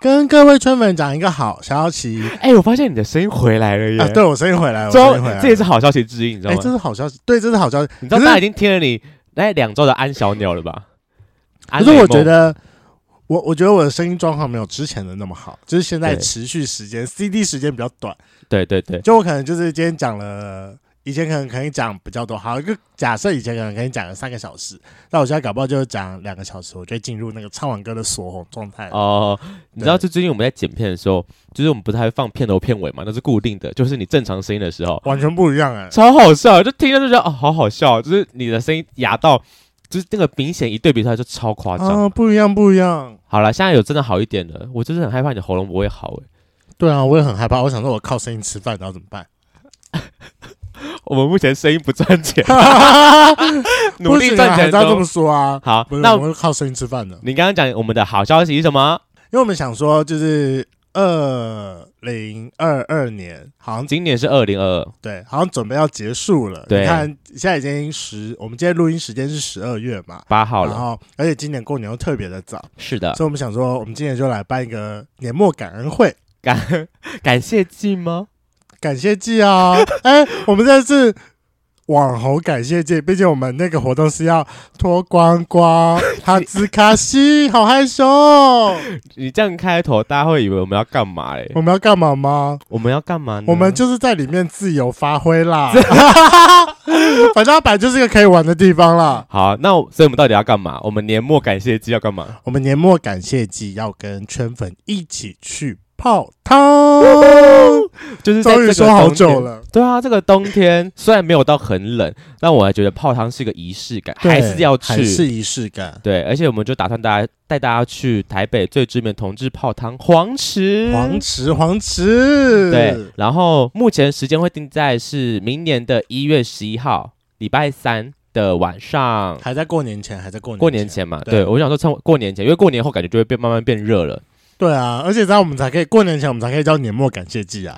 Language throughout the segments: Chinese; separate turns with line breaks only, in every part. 跟各位圈粉讲一个好消息
哎、我发现你的声音回来了耶！
啊！对我声音回来，我
之
声
后
音回来了，
哎这也是好消息之一，你知道
哎，
吗？
这是好消息，对，这是好消息。
你知道
可
大
是
家已经听了你大概两周的安小鸟了吧？
可
安
是
美
我
梦
觉得，我我觉得我的声音状况没有之前的那么好，就是现在
对
持续时间 CD 时间比较短，
对对对，
就我可能就是今天讲了。以前可能可以讲比较多，好，就假设以前可能可以讲了三个小时，那我现在搞不好就讲两个小时，我就会进入那个唱完歌的锁喉状态了。
哦、你知道，就最近我们在剪片的时候，就是我们不太会放片头片尾嘛，那是固定的，就是你正常声音的时候，
完全不一样哎、
超好笑，就听着就觉得哦，好好笑，就是你的声音哑到，就是那个明显一对比出来就超夸张。
啊，不一样，不一样。
好了，现在有真的好一点了，我就是很害怕你的喉咙不会好哎、
对啊，我也很害怕，我想说我靠声音吃饭，然后怎么办？
我们目前声音 不赚钱，努
不
力
行
赚
啊，还
钱
是要这么
中。
说啊。
好，
不是，
那
我们靠声音吃饭的，因
你刚刚讲我们的好消息是什么？
为我们想说就是二零二二年，好像
今年是二零二二，
对，好像准备要结束了。
对
你看现在已经十，我们今天录音时间是十二月嘛，
八号
然
了，啊
后而且今年过年又特别的早，
是的，
所以我们想说，我们今年就来办一个年末感恩会。
感 感谢季吗？
感谢祭啊！ 哎、我们这次网红感谢祭，毕竟我们那个活动是要脱光 光。哈兹卡西，好害羞哦！
你这样开头，大家会以为我们要干嘛、欸？
我们要干嘛吗？
我们要干嘛呢？
我们就是在里面自由发挥 啦。反正它本来就是个可以玩的地方啦。
好，那我所以我们到底要干嘛？我们年末感谢季要干嘛？
我们年末感谢祭要跟圈粉一起去泡汤，
就是在
终
这
于
个
说好
冬天
久。了。
对啊，这个冬天 虽然没有到很冷，但我还觉得泡汤是个仪式感，还是要
对还是
去。
仪式感。
对，而且我们就打算大家带大家去台北最知名的同志泡汤黄池。
黄池，黄池，
对，然后目前时间会定在是明年的一月十一号，礼拜三的晚上。
还在过年前，还在过年
过年，前嘛，
对
对我想说趁过年前，因为过年后感觉就会变慢慢变热了，
对啊，而且这样我们才可以过年前，我们才可以叫年末感谢 祭啊，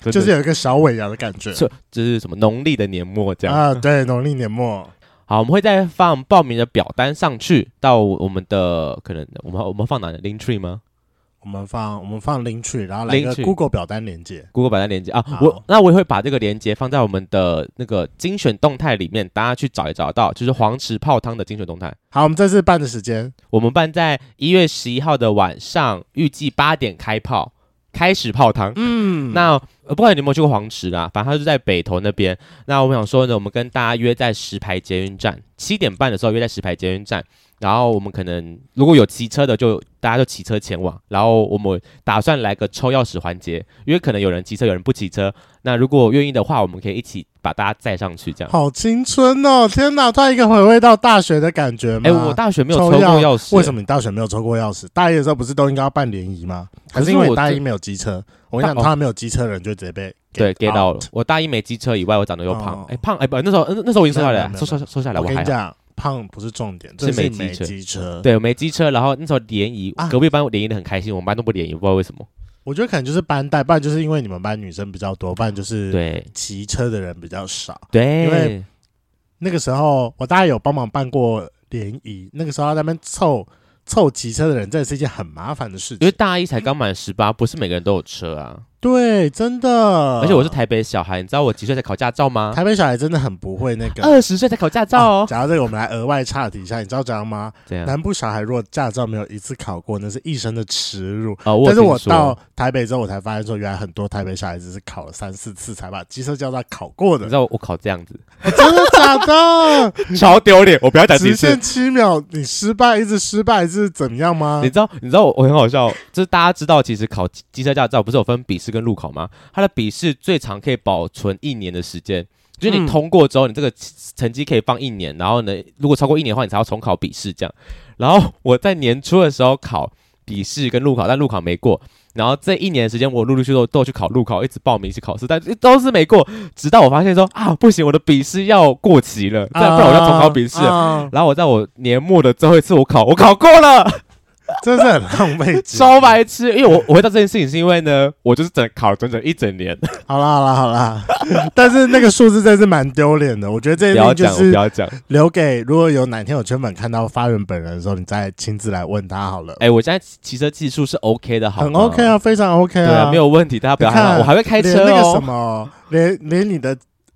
就
真
是
的
有一个小尾牙的感觉
是就是什么农历的年末这样。
啊，对，农历年末，
好，我们会再放报名的表单上去，到我们的可能我们我们放哪里 Link Tree 吗
我们放我们放 link tree，然后来一个
Linktree
Google 表单连接，
？Google 表单链接啊
好，
我那我也会把这个链接放在我们的那个精选动态里面，大家去找一找到，就是黄池泡汤的精选动态。
好，我们这次办的时间，
我们办在一月十一号的晚上，预计八点开泡，开始泡汤。
嗯
那呃不管你有没有去过黄池啦，反正它就在北投那边。那我想说呢，我们跟大家约在石牌捷运站，七点半的时候约在石牌捷运站，然后我们可能如果有骑车的就大家就骑车前往，然后我们打算来个抽钥匙环节，因为可能有人骑车，有人不骑车。那如果愿意的话，我们可以一起把大家载上去，这样。
好青春哦，天哪，突然一个回味到大学的感觉吗？
哎、我大学没有
抽
抽过
钥
钥匙，
为什么你大学没有抽过钥匙？大一的时候不是都应该要办联谊吗？还
可是
是因为
我
你大
这
一没有机车？我跟你讲，
大哦
他没有机车的人就直接被
对
get
，get 到了
out。
我大一没机车以外，我长得又
哦
胖，哎、胖，哎、不，那时候呃那时候我已经瘦下
没有
来
没有
了，瘦瘦瘦下来，
我跟
还
你
好。
讲，胖不是重点，
是
这是
没
没
机车
机车。
对，我没机车，然后那时候联谊，
啊
隔壁班联谊的很开心，我们班都不联谊，不知道为什么。
我觉得可能就是班带，不然就是因为你们班女生比较多，不然就是
对
骑车的人比较少。因
对
为，那个时候我大概有帮忙办过联谊，那个时候要在那边凑凑骑车的人，真的是一件很麻烦的事
因为
情。
大一才刚满十八，不是每个人都有车啊。
对，真的。啊
而且我是台北小孩，你知道我几岁才考驾照吗？
台北小孩真的很不会那个。
二十岁才考驾照
啊
哦。嗯
讲到这个，我们来额外岔题一下，你知道怎样吗？
这样
南部小孩如果驾照没有一次考过，那是一生的耻辱。
哦，我有
但是
听
我
说
到台北之后，我才发现说，原来很多台北小孩子是考了三四次才把机车驾照考过
你
的
知，道我考这样 子，
真的假 的？
超丢脸，我不要讲
直
几次
线。七秒，你失败一直失败是怎么样吗
你？知道，你知道我我很好笑，就是大家知道，其实考机机车驾照不是有分笔试跟路考吗？它的笔试最长可以保存一年的时间，就是
嗯
你通过之后，你这个成绩可以放一年，然后呢，如果超过一年的话，你才要重考笔试这样。然后 我在年初的时候考笔试跟路考，但路考没过。然后这一年的时间，我陆陆续续都都有去考路考，一直报名去考试，但都是没过。直到我发现说啊，不行，我的笔试要过期了，再不然我要重考笔试了。
啊
然后我在我年末的最后一次我考，我考过了，
真是很浪费纸。
超白痴！因为我我会到这件事情，是因为呢，我就是整考整整一整 年，
好啦好啦 好啦，但是那个数字真是蛮丢脸的。我觉得这一
不要
定就
讲，我不
是
要讲。
留给如果有哪天有圈粉看到发源本人的时候，你再亲自来问他好了。
哎，我现在骑车技术是 OK 的，好吗
很 OK 啊，非常 OK
对啊，没有问题，大家不要害
你
怕，
看
我还会开车
连那个什
哦。
么，连连你的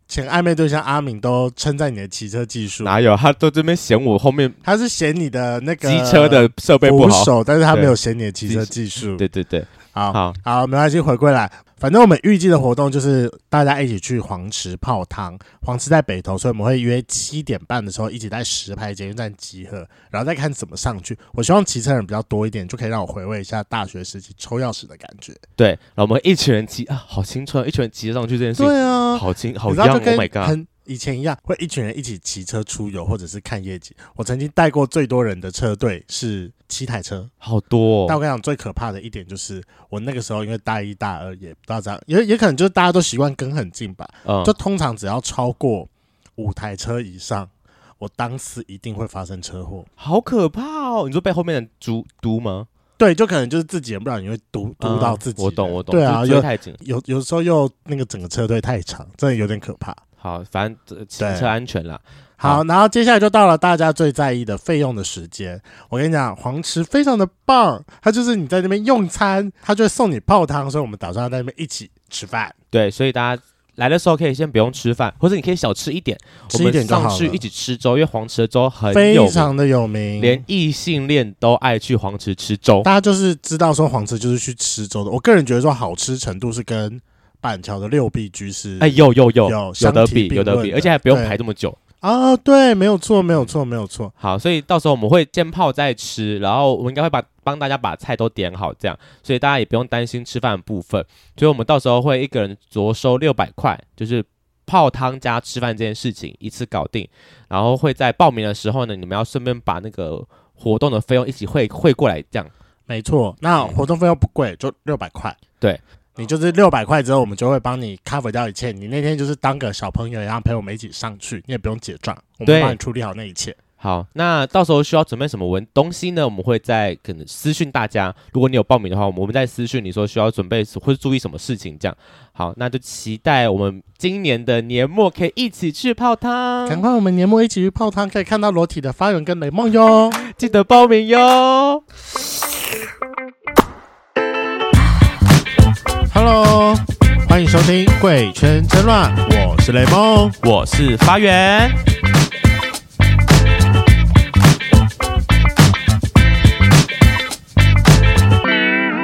前暧昧对象阿敏都称赞你的骑车技术，
哪有？他都这边嫌我后面
他是嫌你的那个
机车的设备不
扶
好。
手，但是他
对
没有嫌你的骑车技术。
对对对，
好
好，
好，没关系，回归来。反正我们预计的活动就是大家一起去黄池泡汤。黄池在北投，所以我们会约七点半的时候一起在石牌捷运站集合，然后再看怎么上去。我希望骑车人比较多一点，就可以让我回味一下大学时期抽钥匙的感觉。
对，然后我们一群人骑啊，好青春，一群人骑着上去这件事情，
对啊，
好青好
你知道
young，Oh
就跟
my god！
很以前一样，会一群人一起骑车出游或者是看夜景。我曾经带过最多人的车队是七台车，
好多、
但我
哦，
跟你讲，最可怕的一点就是，我那个时候因为大一、大二也不知道这样，也也可能就是大家都习惯跟很近吧，
嗯，
就通常只要超过五台车以上，我当时一定会发生车祸。
好可怕哦！你说被后面的毒毒吗？
对，就可能就是自己也不知道你会嘟嘟到自己
嗯
人、
我懂，我懂。
对啊，
就追
有
太紧。
有有时候又那个整个车队太长，真的有点可 怕。
好，反正呃骑
对
车安全啦。
好，然后接下来就到了大家最在意的费用的时间。我跟你讲，黄池非常的棒，它就是你在那边用餐，它就会送你泡汤，所以我们打算要在那边一起吃饭，
对，所以大家来的时候可以先不用吃饭，或者你可以小吃一点，
吃一点就
我们
好
上去
了
一。起吃粥，因为黄池的粥很
非
有名，
常的有名，
连异性恋都爱去黄池吃粥。
大家就是知道说黄池就是去吃粥的。我个人觉得说好吃程度是跟板桥的六必居是
哎，有有有
有
有
相
得
提
比，
并
有得
论
比，
的
而且还不用
对
排这么久。
啊，对，没有错，没有错，没有错。
好，所以到时候我们会先泡再吃，然后我们应该会把帮大家把菜都点好，这样，所以大家也不用担心吃饭的部分。所以我们到时候会一个人着收六百块，就是泡汤加吃饭这件事情一次搞定。然后会在报名的时候呢，你们要顺便把那个活动的费用一起汇汇过来，这样。
没错，那活动费用不贵，就六百块。
对，
你就是六百块之后，我们就会帮你 cover 掉一切。你那天就是当个小朋友一样陪我们一起上去，你也不用结账，我
对
们帮你处理好那一切。
好，那到时候需要准备什么文东西呢？我们会在可能私讯大家，如果你有报名的话，我们我们在私讯你说需要准备或是注意什么事情这样。好，那就期待我们今年的年末可以一起去泡
赶
汤，
快我们年末一起去泡汤，可以看到裸体的发源跟雷梦哟。
记得报名哟。
Hello，欢迎收听《贵圈争乱》，我是雷梦。
我是发源，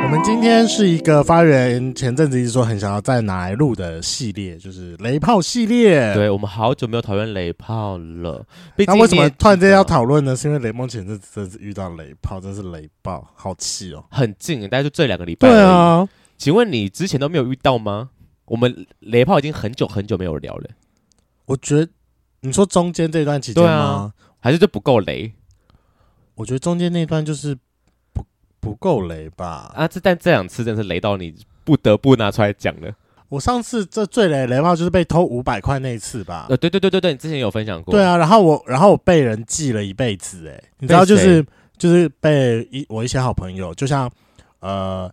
我们今天是一个发源前阵子一直说很想要再拿来录的系列，就是雷炮系列。。
对我们好久没有讨论雷炮了，毕竟
那为什
你也啊
么
知
突然间要
道
讨论呢？是因为雷梦前阵子真的是遇到雷炮，真是雷爆，好气哦！
很近，大概就这两个礼拜。，，
啊
请问你之前都没有遇到吗？我们雷炮已经很久很久没有聊了，
我觉得你说中间这段期间
对
吗？
啊还是就不够雷？
我觉得中间那段就是不不够雷吧。
啊，这但这两次真的是雷到你不得不拿出来讲了。
我上次这最雷的雷炮就是被偷五百块那一次吧。
呃，对对对对对，你之前有分享
啊
过。
对，啊，然后我然后我被人记了一辈子、欸，你知道
被
就
谁
是就是被一我一些好朋友，就像呃，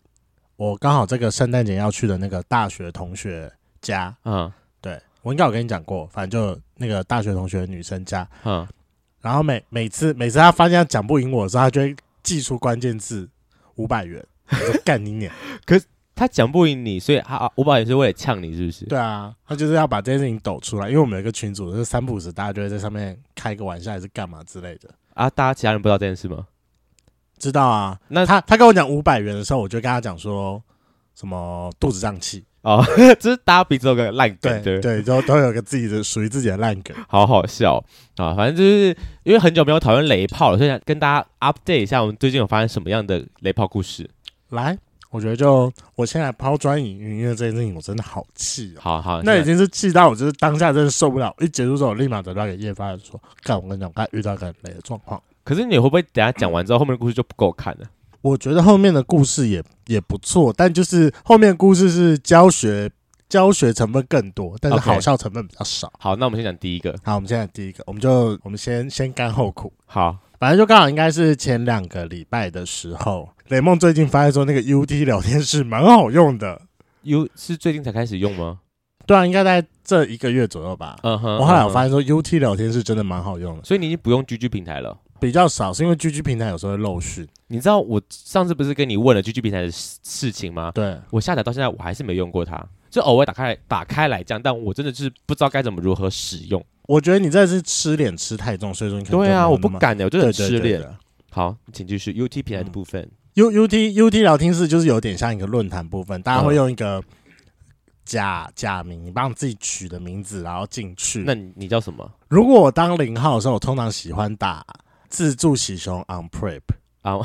我刚好这个圣诞节要去的那个大学同学家，
嗯
对我应该有跟你讲过，反正就那个大学同学女生家，
嗯，
然后每每次每次她发现她讲不赢我的时候，她就会寄出关键字五百元，我说干你 娘！
他讲不赢你，所以啊他五百元是为了呛你，是不是？
对啊，她就是要把这件事情抖出来，因为我们有一个群组，就是三不五时大家就会在上面开个玩笑，还是干嘛之类的。
啊，大家其他人不知道这件事吗？
知道啊，
那
他他跟我讲五百元的时候，我就跟他讲说什么肚子胀气，
哦，就是大家鼻子有个烂梗，对
对
不
对，
对，
都都有个自己的属于自己的烂梗。
好好笑啊！反正就是因为很久没有讨论雷炮了，所以想跟大家 update 一下，我们最近有发生什么样的雷炮故事。
来，我觉得就我先来抛砖引玉，因为这件事情我真的好气哦。
好好，
那已
现在
经是气到我就是当下真的受不了，一结束之后我立马打电话给叶发说：“干，我跟你讲，我刚才遇到一个很雷的状况。
可是你会不会等一下讲完之后，后面的故事就不够看了？
我觉得后面的故事也也不错，但就是后面的故事是教学教学成分更多，但是
OK
好笑成分比较少。
好，那我们先讲第一个。
好，我们现在第一个，我们就我们先先干后苦。
好，
反正就刚好应该是前两个礼拜的时候，雷梦最近发现说那个 UT 聊天室蛮好用的，
U 是最近才开始用吗？
对啊，应该在这一个月左右吧。
嗯哼，
我后来我发
现，
现说 UT 聊天室真的蛮好用的，
所以你已经不用 GG 平台了。
比较少是因为 GG 平台有时候会漏讯，
你知道我上次不是跟你问了 GG 平台的事事情吗？
对，
我下载到现在我还是没用过它，就偶尔打开来打开来这样，但我真的是不知道该怎么如何使用。
我觉得你这是吃脸吃太重，所以说你可能
对啊，
就没有
我
那
不
么，
敢的，我真的
对
很
对
吃
对
力。
对
好，请继续 UT 平台的部分。
U U T U T 聊天室就是有点像一个论坛部分，大家
嗯
会用一个假假名帮自己取的名字，然后进去。
那你你叫什么
如果我当零号的时候，我通常喜欢打自助喜熊 on prep。
啊？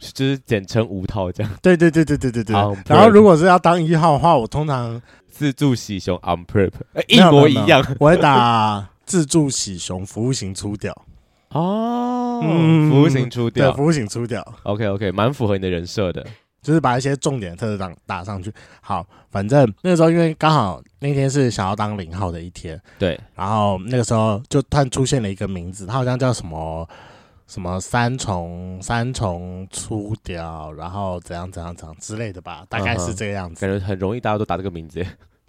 就是简称无套这样。
对对对对对对对。
On prep
然后如果是要当一号的话，我通常
自助喜熊 on prep，哎
没
一
有
模
没
一
有没有
样
我会打自助喜熊服务型出掉，
哦。
嗯
服务型出
对，
掉
服务型出掉。
，OK OK，蛮符合你的人设的。
就是把一些重点的特色打打上去。好，反正那个时候因为刚好那天是想要当零号的一天，
对，
然后那个时候就突然出现了一个名字，他好像叫什么什么三重三重出雕，然后怎样怎样怎样之类的吧，大
嗯
概是这个样子。
感觉很容易大家都打这个名字。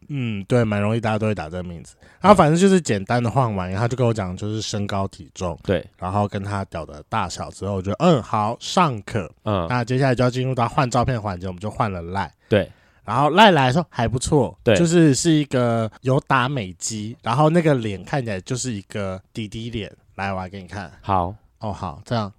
嗯，对，蛮容易大家都会打这个名字。然
嗯
后反正就是简单的换完，然后他就跟我讲就是身高体重，
对，
然后跟他屌的大小之后，我觉得嗯好尚可。
嗯，
那接下来就要进入到换照片环节，我们就换了赖。
对，
然后赖来的时候还不错，
对
就是是一个有打美肌，然后那个脸看起来就是一个滴滴脸。来，我来给你看。
好，
哦，好，这样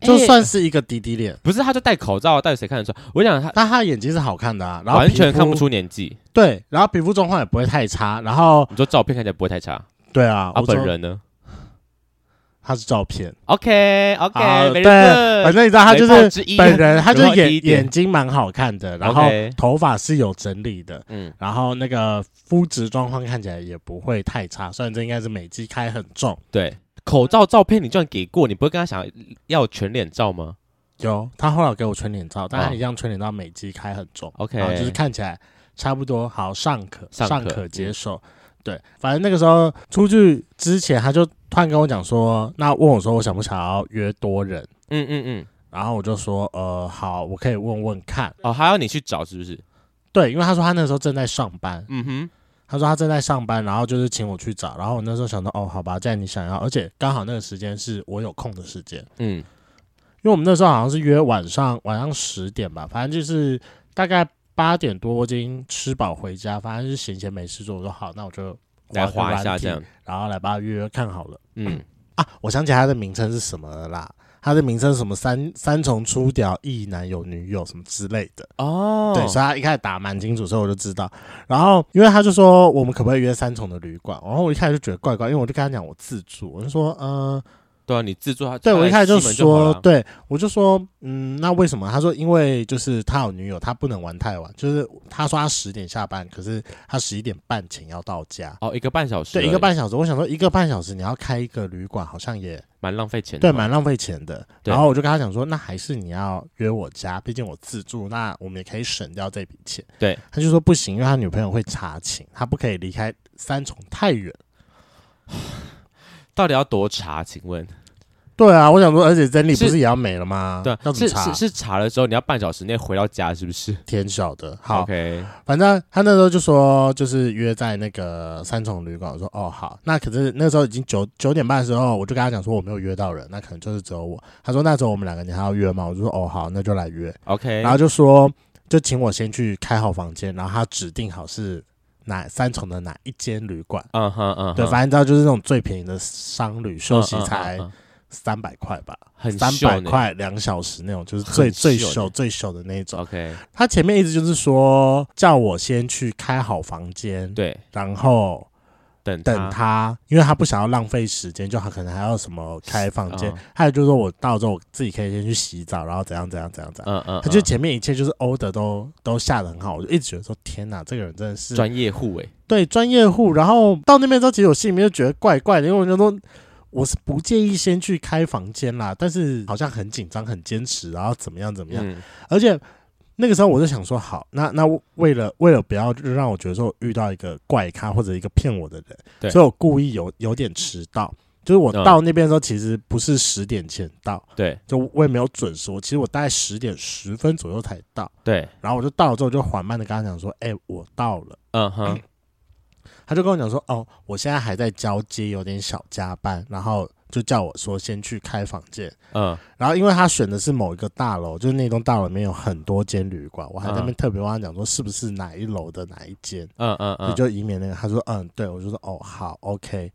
就算是一个滴滴脸，
不是他就戴口罩，到底谁看得出来？我想他
但他眼睛是好看的啊，然后
完全
皮肤
看不。出年纪。
对，然后皮肤状况也不会太差。然后
你说照片看起来不会太差，
对啊，
他
我
本
说
人呢
他是照片，
？OK OK，
好啊对，
没
反正你知道他就是
之一。啊
本人，他就是
然后低一
眼
点
眼睛蛮好看的，然后
OK
头发是有整理的，
嗯，
然后那个肤质状况看起来也不会太差，虽然这应该是美肌开很重。
对，口罩照片你居然给过，你不会跟他想要全脸照吗
有，他后来有给我全脸照，但
哦
他一样全脸照美肌开很重、
？OK，
然后就是看起来差不多，好尚可
尚可嗯
可接受。对，反正那个时候出去之前，他就突然跟我讲说，那问我说我想不想要约多人，
嗯嗯嗯，
然后我就说呃好，我可以问问看。
哦，还要你去找是不是？
对，因为他说他那时候正在上班，
嗯哼，
他说他正在上班，然后就是请我去找，然后我那时候想到哦好吧，既然你想要，而且刚好那个时间是我有空的时间，
嗯，
因为我们那时候好像是约晚上晚上十点吧，反正就是大概八点多我已经吃饱回家，反正是闲闲没事做，我说好，那我就
来
个
划一下
软体
这样，，
然后来把它约约看好了
嗯，
啊。我想起它的名称是什么了啦，它的名称是什么三三重出屌一男有女友什么之类的，
哦，
对，所以他一开始打蛮清楚，所以我就知道。然后因为他就说我们可不可以约三重的旅馆，然后我一开始就觉得怪怪，因为我就跟他讲我自助，我就说嗯。呃
对啊，你自助他，
对，
他来
我一开始
西门就好
说，
了，
对我就说，嗯，那为什么？他说，因为就是他有女友，他不能玩太晚，就是他说他十点下班，可是他十一点半前要到家。
哦，一个半小时而已，
对，一个半小时，我想说一个半小时你要开一个旅馆，好像也
蛮浪费钱的
对，
嘛，
蛮浪费钱的。
对
然后我就跟他讲说，那还是你要约我家，毕竟我自助，那我们也可以省掉这笔钱。
对，
他就说不行，因为他女朋友会查寝，他不可以离开三重太远。
到底要多查？请问，
对啊，我想说，而且真理不
是
是也要没了吗？
对啊
要，怎
是
么查？
是是查了之后，你要半小时内回到家，是不是？
天晓得。好
o，k
反正他那时候就说，就是约在那个三重旅馆。我说哦好，那可是那时候已经九九点半的时候，我就跟他讲说我没有约到人，那可能就是只有我。他说那时候我们两个你还要约吗？我就说哦好，那就来约。
OK，
然后就说就请我先去开好房间，然后他指定好是哪三重的哪一间旅馆。
嗯哼嗯哼，
对，反正你知道就是那种最便宜的商旅休息
嗯嗯嗯
才
嗯
三百块吧，
很
三
秀
百
呢
块两小时那种，就是
很
最最
秀呢
小最小的那种。
，OK，
他前面一直就是说叫我先去开好房间，
对，
然后
等
等
他
他，因为他不想要浪费时间，就他可能还要什么开房间
嗯，
还有就是说我到之后我自己可以先去洗澡，然后怎样怎样怎样怎样。
嗯嗯，
他就
嗯
前面一切就是 order 都都下的很好，我就一直觉得说天哪，这个人真的是
专业护卫，
对专业户。然后到那边之后，其实我心里面就觉得怪怪的，因为我就说我是不介意先去开房间啦，但是好像很紧张、很坚持，然后怎么样怎么样。
嗯，
而且那个时候我就想说，好，那那为了为了不要让我觉得说我遇到一个怪咖或者一个骗我的人，
对
所以我故意有有点迟到。就是我
嗯
到那边的时候，其实不是十点前到，
对
就我也没有准时，我其实我大概十点十分左右才到，
对，
然后我就到了之后就缓慢的跟他讲说，哎、我到了。
嗯哼，
他就跟我讲说，哦，我现在还在交接，有点小加班，然后就叫我说先去开房间。
嗯
然后因为他选的是某一个大楼，就是那栋大楼里面有很多间旅馆，我还在那边特别跟他讲说是不是哪一楼的哪一间，
嗯嗯
你
嗯，
就以免那个。他说嗯，对，我就说哦好，OK。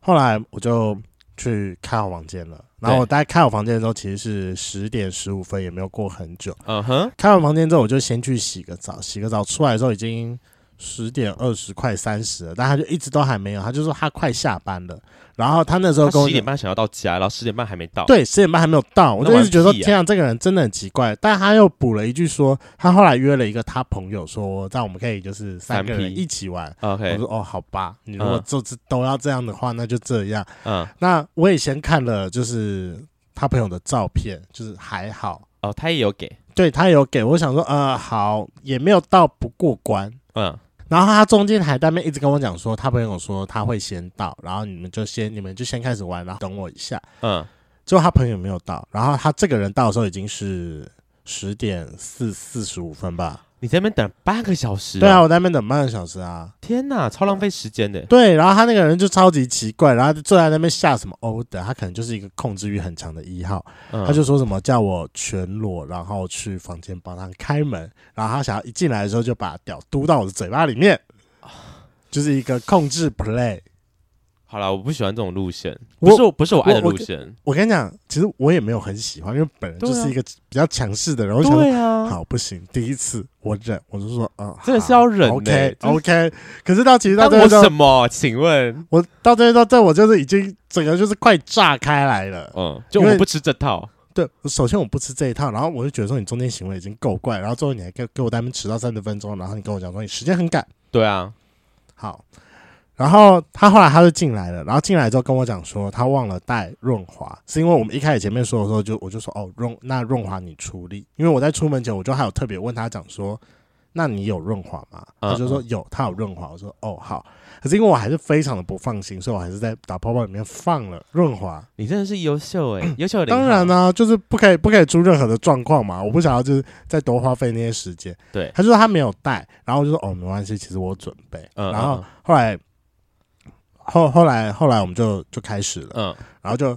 后来我就去开好房间了，然后我大概开好房间的时候其实是十点十五分，也没有过很久。
嗯哼，
开完房间之后，我就先去洗个澡，洗个澡出来的时候已经十点二十快三十了，但他就一直都还没有，他就说他快下班了。然后他那时候
他
跟我讲
十一点半想要到家，然后十点半还没到，
对，十点半还没有到，我就一直觉得说，
那玩屁啊
天啊，这个人真的很奇怪。但他又补了一句说，他后来约了一个他朋友说，这样我们可以就是三个
三
人
P
一起玩。我
，OK，
说哦，好吧，你如果
嗯
就是都要这样的话，那就这样。
嗯，
那我也先看了就是他朋友的照片，就是还好，
哦，他也有给，
对他有给我想说，呃，好，也没有到不过关。
嗯
然后他中间还在那边一直跟我讲说，他朋友说他会先到，然后你们就先你们就先开始玩，然后等我一下。
嗯
就他朋友没有到，然后他这个人到的时候已经是十点四四十五分吧？
你在那边等八个小时、
对啊，，我在那边等半个小时啊。
天哪，超浪费时间的。
对，然后他那个人就超级奇怪，然后就坐在那边下什么 order，他可能就是一个控制欲很强的一号，
嗯，
他就说什么叫我全裸，然后去房间帮他开门，然后他想要一进来的时候就把屌嘟到我的嘴巴里面，
啊
就是一个控制 play。
好了，我不喜欢这种路线，
我
不是我不是我爱的
我我
路线，
我跟你讲，其实我也没有很喜欢，因为本人就
对啊
是一个比较强势的人，我想说
对啊，
好，不行，第一次我忍，我就说，嗯，
真的是
好
要忍的
OK
就是
OK，可是到其实到
当
这
我
边
什
到，
么？请问，
我到这边到这，我就是已经整个就是快炸开来了。
嗯，就
因
我
为
不吃这套，
对，首先我不吃这一套，然后我就觉得说你中间行为已经够怪，然后最后你还给给我在那边迟到三十分钟，然后你跟我讲说你时间很赶，
对啊，
好。然后他后来他就进来了，然后进来之后跟我讲说他忘了带润滑，是因为我们一开始前面说的时候就我就说哦润那润滑你处理，因为我在出门前我就还有特别问他讲说，那你有润滑吗？
嗯
他就说有，他有润滑。我说哦好，可是因为我还是非常的不放心，所以我还是在打包包里面放了润滑。
你真的是优秀哎、优秀的
当然
了，
啦、就是不可以不可以出任何的状况嘛，我不想要就是再多花费那些时间。
对
他就说他没有带，然后我就说哦没关系，其实我有准备。
嗯
然后后来后后来后来我们就就开始了，
嗯
然后就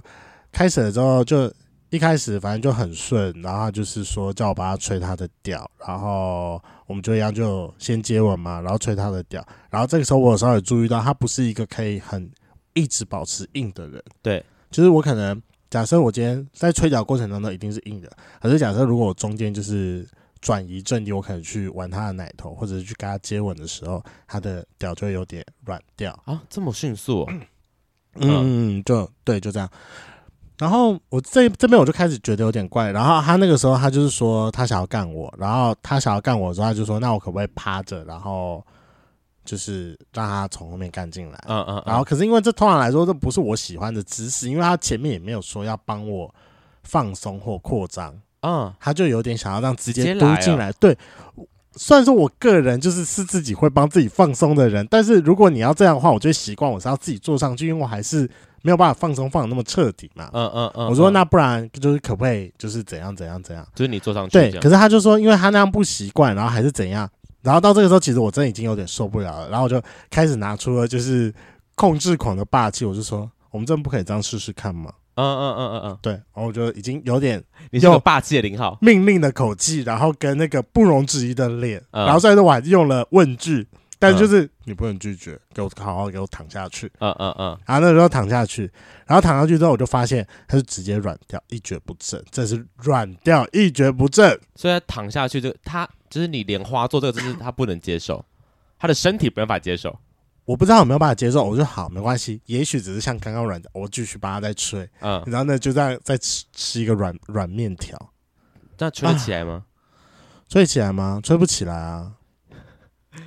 开始了之后就一开始反正就很顺，然后他就是说叫我帮他吹他的屌，然后我们就一样就先接吻嘛，然后吹他的屌，然后这个时候我有稍微注意到他不是一个可以很一直保持硬的人，
对，
就是我可能假设我今天在吹屌过程当中一定是硬的，可是假设如果我中间就是。转移阵地，我可能去玩他的奶头，或者是去跟他接吻的时候，他的屌就会有点软掉。
啊，这么 迅速、哦，
嗯，嗯，就对，就这样。然后我这这边我就开始觉得有点怪，然后他那个时候他就是说他想要干我，然后他想要干我的时候，他就说那我可不可以趴着，然后就是让他从后面干进来。
嗯嗯，
然后可是因为这通常来说这不是我喜欢的姿势，因为他前面也没有说要帮我放松或扩张，
嗯
他就有点想要让直
直
接
接
嘟
来
进
啊
来。对，虽然说我个人就是是自己会帮自己放松的人，但是如果你要这样的话，我就会习惯我是要自己坐上去，因为我还是没有办法放松放的那么彻底嘛。
嗯嗯嗯，
我说
嗯
那不然就是可不可以就是怎样怎样怎样？
就是你坐上去
对，
这
可
样，
是他就说，因为他那样不习惯，然后还是怎样。然后到这个时候，其实我真的已经有点受不了了，然后我就开始拿出了就是控制狂的霸气，我就说，我们真的不可以这样试试看吗？
嗯嗯嗯嗯
对，然后我就已经有点
嗯，你是有
有
霸气的零号，
命令的口气，然后跟那个不容置疑的脸，
嗯
然后虽然说我还是用了问句，但就是、你不能拒绝，给我好好给我躺下去。
嗯嗯嗯，
然后那时候躺下去，然后躺下去之后，我就发现他就直接软掉，一蹶不振，这是软掉，一蹶不振。
所以他躺下去，这个他就是你莲花做这个姿势，他不能接受，他的身体没办法接受，
我不知道有没有办法接受，我说好，没关系，也许只是像刚刚软掉，我继续帮他再吹，
嗯，
然后呢就这样再吃吃一个软软面条，
那吹得起来吗？
吹起来吗？吹不起来啊，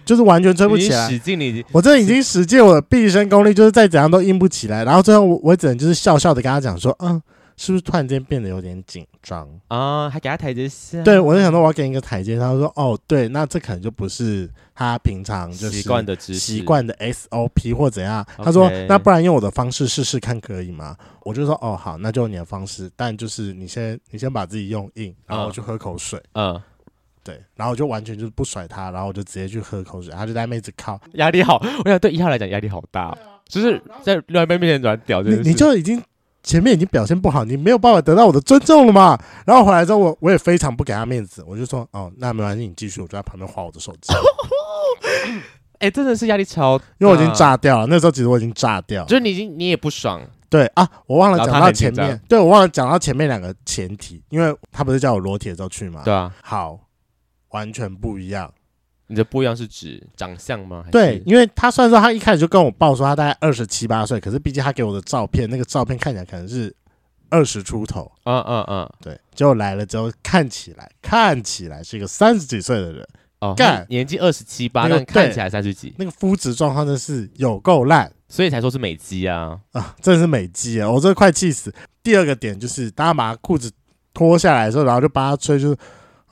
就是完全啊吹不
你
起来。
使劲你
我这已经使尽我的毕生功力，就是再怎样都硬不起来。然后最后我我只能就是笑笑的跟他讲说，嗯，是不是突然间变得有点紧张？
啊，还给他台阶下，
对我就想到我要给你一个台阶，他说哦，对，那这可能就不是他平常就是
习惯的姿势，
习惯的 SOP 或怎样。他说
OK
那不然用我的方式试试看可以吗？我就说哦好，那就用你的方式，但就是你先你先把自己用硬，然后我
嗯
去喝口水。
嗯，
对，然后我就完全就是不甩他，然后我就直接去喝口水，他就在那边一直靠，
压力好，我想对一号来讲压力好大哦，就是在另外一边面前软屌，
你
真的
你
是
就已经前面已经表现不好，你没有办法得到我的尊重了嘛。然后回来之后我，我也非常不给他面子，我就说哦，那没关系，你继续，我就在旁边划我的手机，
哎，真的是压力超大，
因为我已经炸掉了。那时候其实我已经炸掉了
就是你已经你也不爽，
对啊，我忘了
然后
讲
他
到
很
前
紧张
面，对我忘了讲到前面两个前提，因为他不是叫我裸体的时候去嘛。
对啊，
好，完全不一样。
你的不一样是指长相吗？还是
对，，因为他虽然说他一开始就跟我报说他大概二十七八岁，可是毕竟他给我的照片，那个照片看起来可能是二十出头，
嗯嗯嗯，
对，结果来了之后，看起来看起来是一个三十几岁的人，
哦，
干
他年纪二十七八，
那个
但看
对
起来三十几，
那个肤质状况真是有够烂
所以才说是美肌啊，
啊！真的是美肌啊，我真的快气死。第二个点就是，当他把他裤子脱下来的时候，然后就帮他吹，就是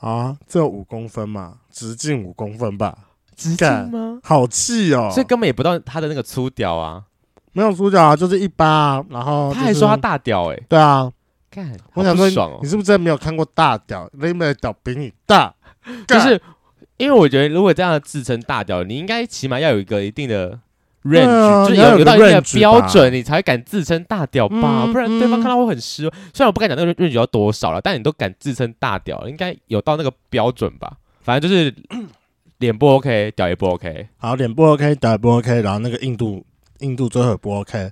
啊，这有五公分嘛，直径五公分吧，
直
干
径吗？
好气哦！
所以根本也不到他的那个粗屌啊，
没有主角啊，就是一八、然后、
他还说他，大屌哎，
对啊，
干，
哦我
好
想
不
说
爽哦
你，是不是真的没有看过大屌？雷美的屌比你大，
就
干
是因为我觉得如果这样自称大屌，你应该起码要有一个一定的
对
range，、
啊
就是
你要有
有
个
到一定的
range
标
吧
准，你才会敢自称大屌吧，
嗯
不然对方
嗯
看到会很失望。虽然我不敢讲那个 range 要多少了，但你都敢自称大屌，应该有到那个标准吧？反正就是脸不 OK，屌也不 OK。
好，脸不 OK，屌也不 OK，然后那个印度印度最后也不 OK，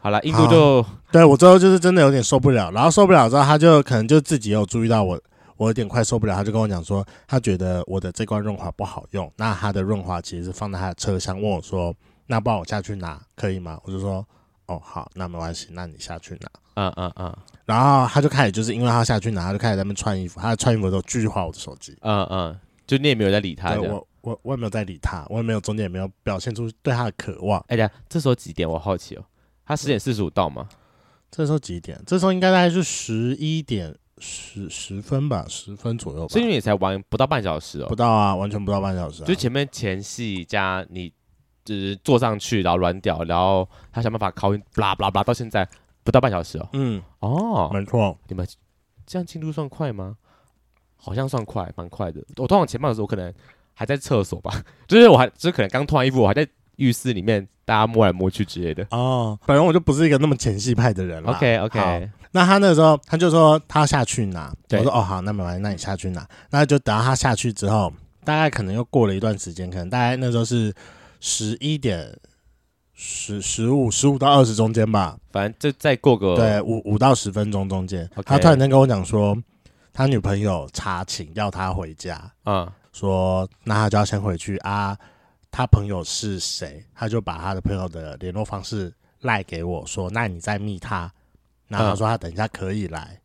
好了，印
好
度就
对我最后就是真的有点受不了，然后受不了之后，他就可能就自己有注意到我，我有点快受不了，他就跟我讲说，他觉得我的这罐润滑不好用，那他的润滑其实是放在他的车厢，问我说，哦那帮我下去拿可以吗？我就说，哦，好，那没关系，那你下去拿。
嗯嗯嗯
然后他就开始就是因为他下去拿，他就开始在那边穿衣服，他在穿衣服的时候继续划我的手机，
嗯嗯，就你也没有在理他
对
这样。
我我我也没有在理他，我也没有中间也没有表现出对他的渴望。
哎呀，这时候几点？我好奇哦。他十点四十五到吗？
这时候几点？这时候应该大概是十一点十十分吧，十分左右吧
所以。你也才玩不到半小时哦
不。到啊，完全不到半小时、啊
就。前面前戏加你就是坐上去，然后软屌，然后他想办法靠近，blah blah blah，到现在不到半小时哦。
嗯，
哦，
没错。
你们这样进度算快吗？好像算快，蛮快的。我通常前半小时我可能还在厕所吧， 就是我还就是可能刚脱完衣服，我还在浴室里面大家摸来摸去之类的。
哦，本人我就不是一个那么前戏派的人了。
OK
好
OK，
那他那时候他就说他要下去拿，
对
我说哦好，那没关系，那你下去拿。那就等到他下去之后，大概可能又过了一段时间，可能大概那时候是十一点十十五十五到二十中间吧，
反正就再过个
对，五五到十分钟中间
呃 OK
他突然间跟我讲说，他女朋友查寝要他回家，
嗯
说那他就要先回去啊。他朋友是谁？他就把他的朋友的联络方式赖给我说，那你再密他。然
嗯
后他说他等一下可以来，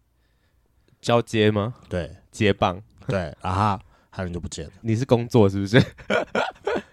交接吗？
对
接棒？
对，然后他他人就不见了。
你是工作是不是？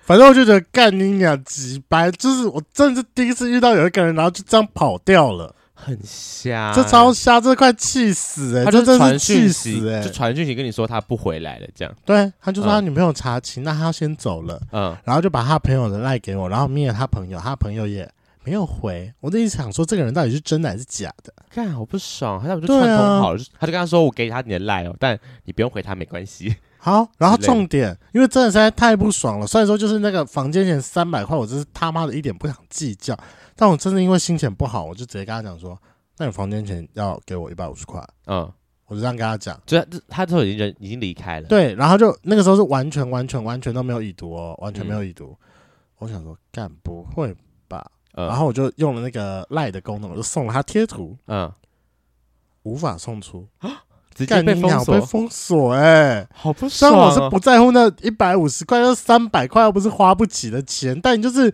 反正我就觉得干你俩几掰，就是我真的是第一次遇到有一个人，然后就这样跑掉了，
很瞎欸、
这超瞎，这快气死哎、
他
这
就
真是
传
气
讯息
死哎、，
就嗯传讯息跟你说他不回来了，这样，
对，他就说他女朋友查寝，那他要先走了。
嗯，
然后就把他朋友的赖给我，然后灭了他朋友，他朋友也没有回。我就一直想说，这个人到底是真的还是假的？
干好不爽，他我就
对啊
串通好了，就他就跟他说我给他你的赖哦，但你不用回他没关系，
好，然后
之类的
重点，因为真的实在太不爽了。虽然说就是那个房间钱三百块，我真是他妈的一点不想计较，但我真的因为心情不好，我就直接跟他讲说，那你房间钱要给我一百五十块，
嗯，
我就这样跟他讲。
就他他都已经人已经离开了，
对，然后就那个时候是完全完全完全都没有已读哦，完全没有已读。我想说，干不会吧？然
嗯
后我就用了那个赖的功能，我就送了他贴图，
嗯，
无法送出。
直接
干
被
你
封
娘
锁
被，封锁哎、
好不
虽
爽、
然
哦，
我是不在乎那一百五十块、那三百块，又不是花不起的钱，但你就是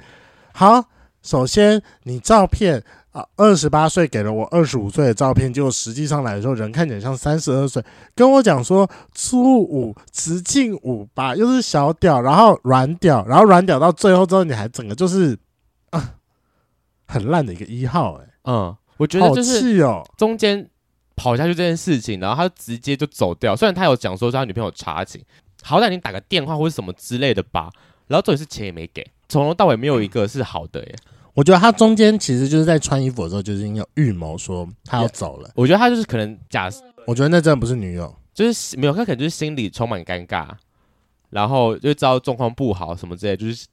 好。首先，你照片啊，二十八岁给了我二十五岁的照片，结果实际上来的时候，人看起来像三十二岁。跟我讲说粗五、直径五吧，又是小屌，然后软屌，然后软屌到最后之后，你还整个就是啊，很烂的一个一号、欸，
嗯，我觉
好
得就是
气哦、
中间跑下去这件事情，然后他直接就走掉。虽然他有讲说是他女朋友查寝，好歹你打个电话或者什么之类的吧。然后重点是钱也没给，从头到尾没有一个是好的耶。
我觉得他中间其实就是在穿衣服的时候，就是已经有预谋说他要走了。
我觉得他就是可能假
我觉得那真的不是女友，
就是没有，他可能就是心里充满尴尬，然后就知道状况不好什么之类，就是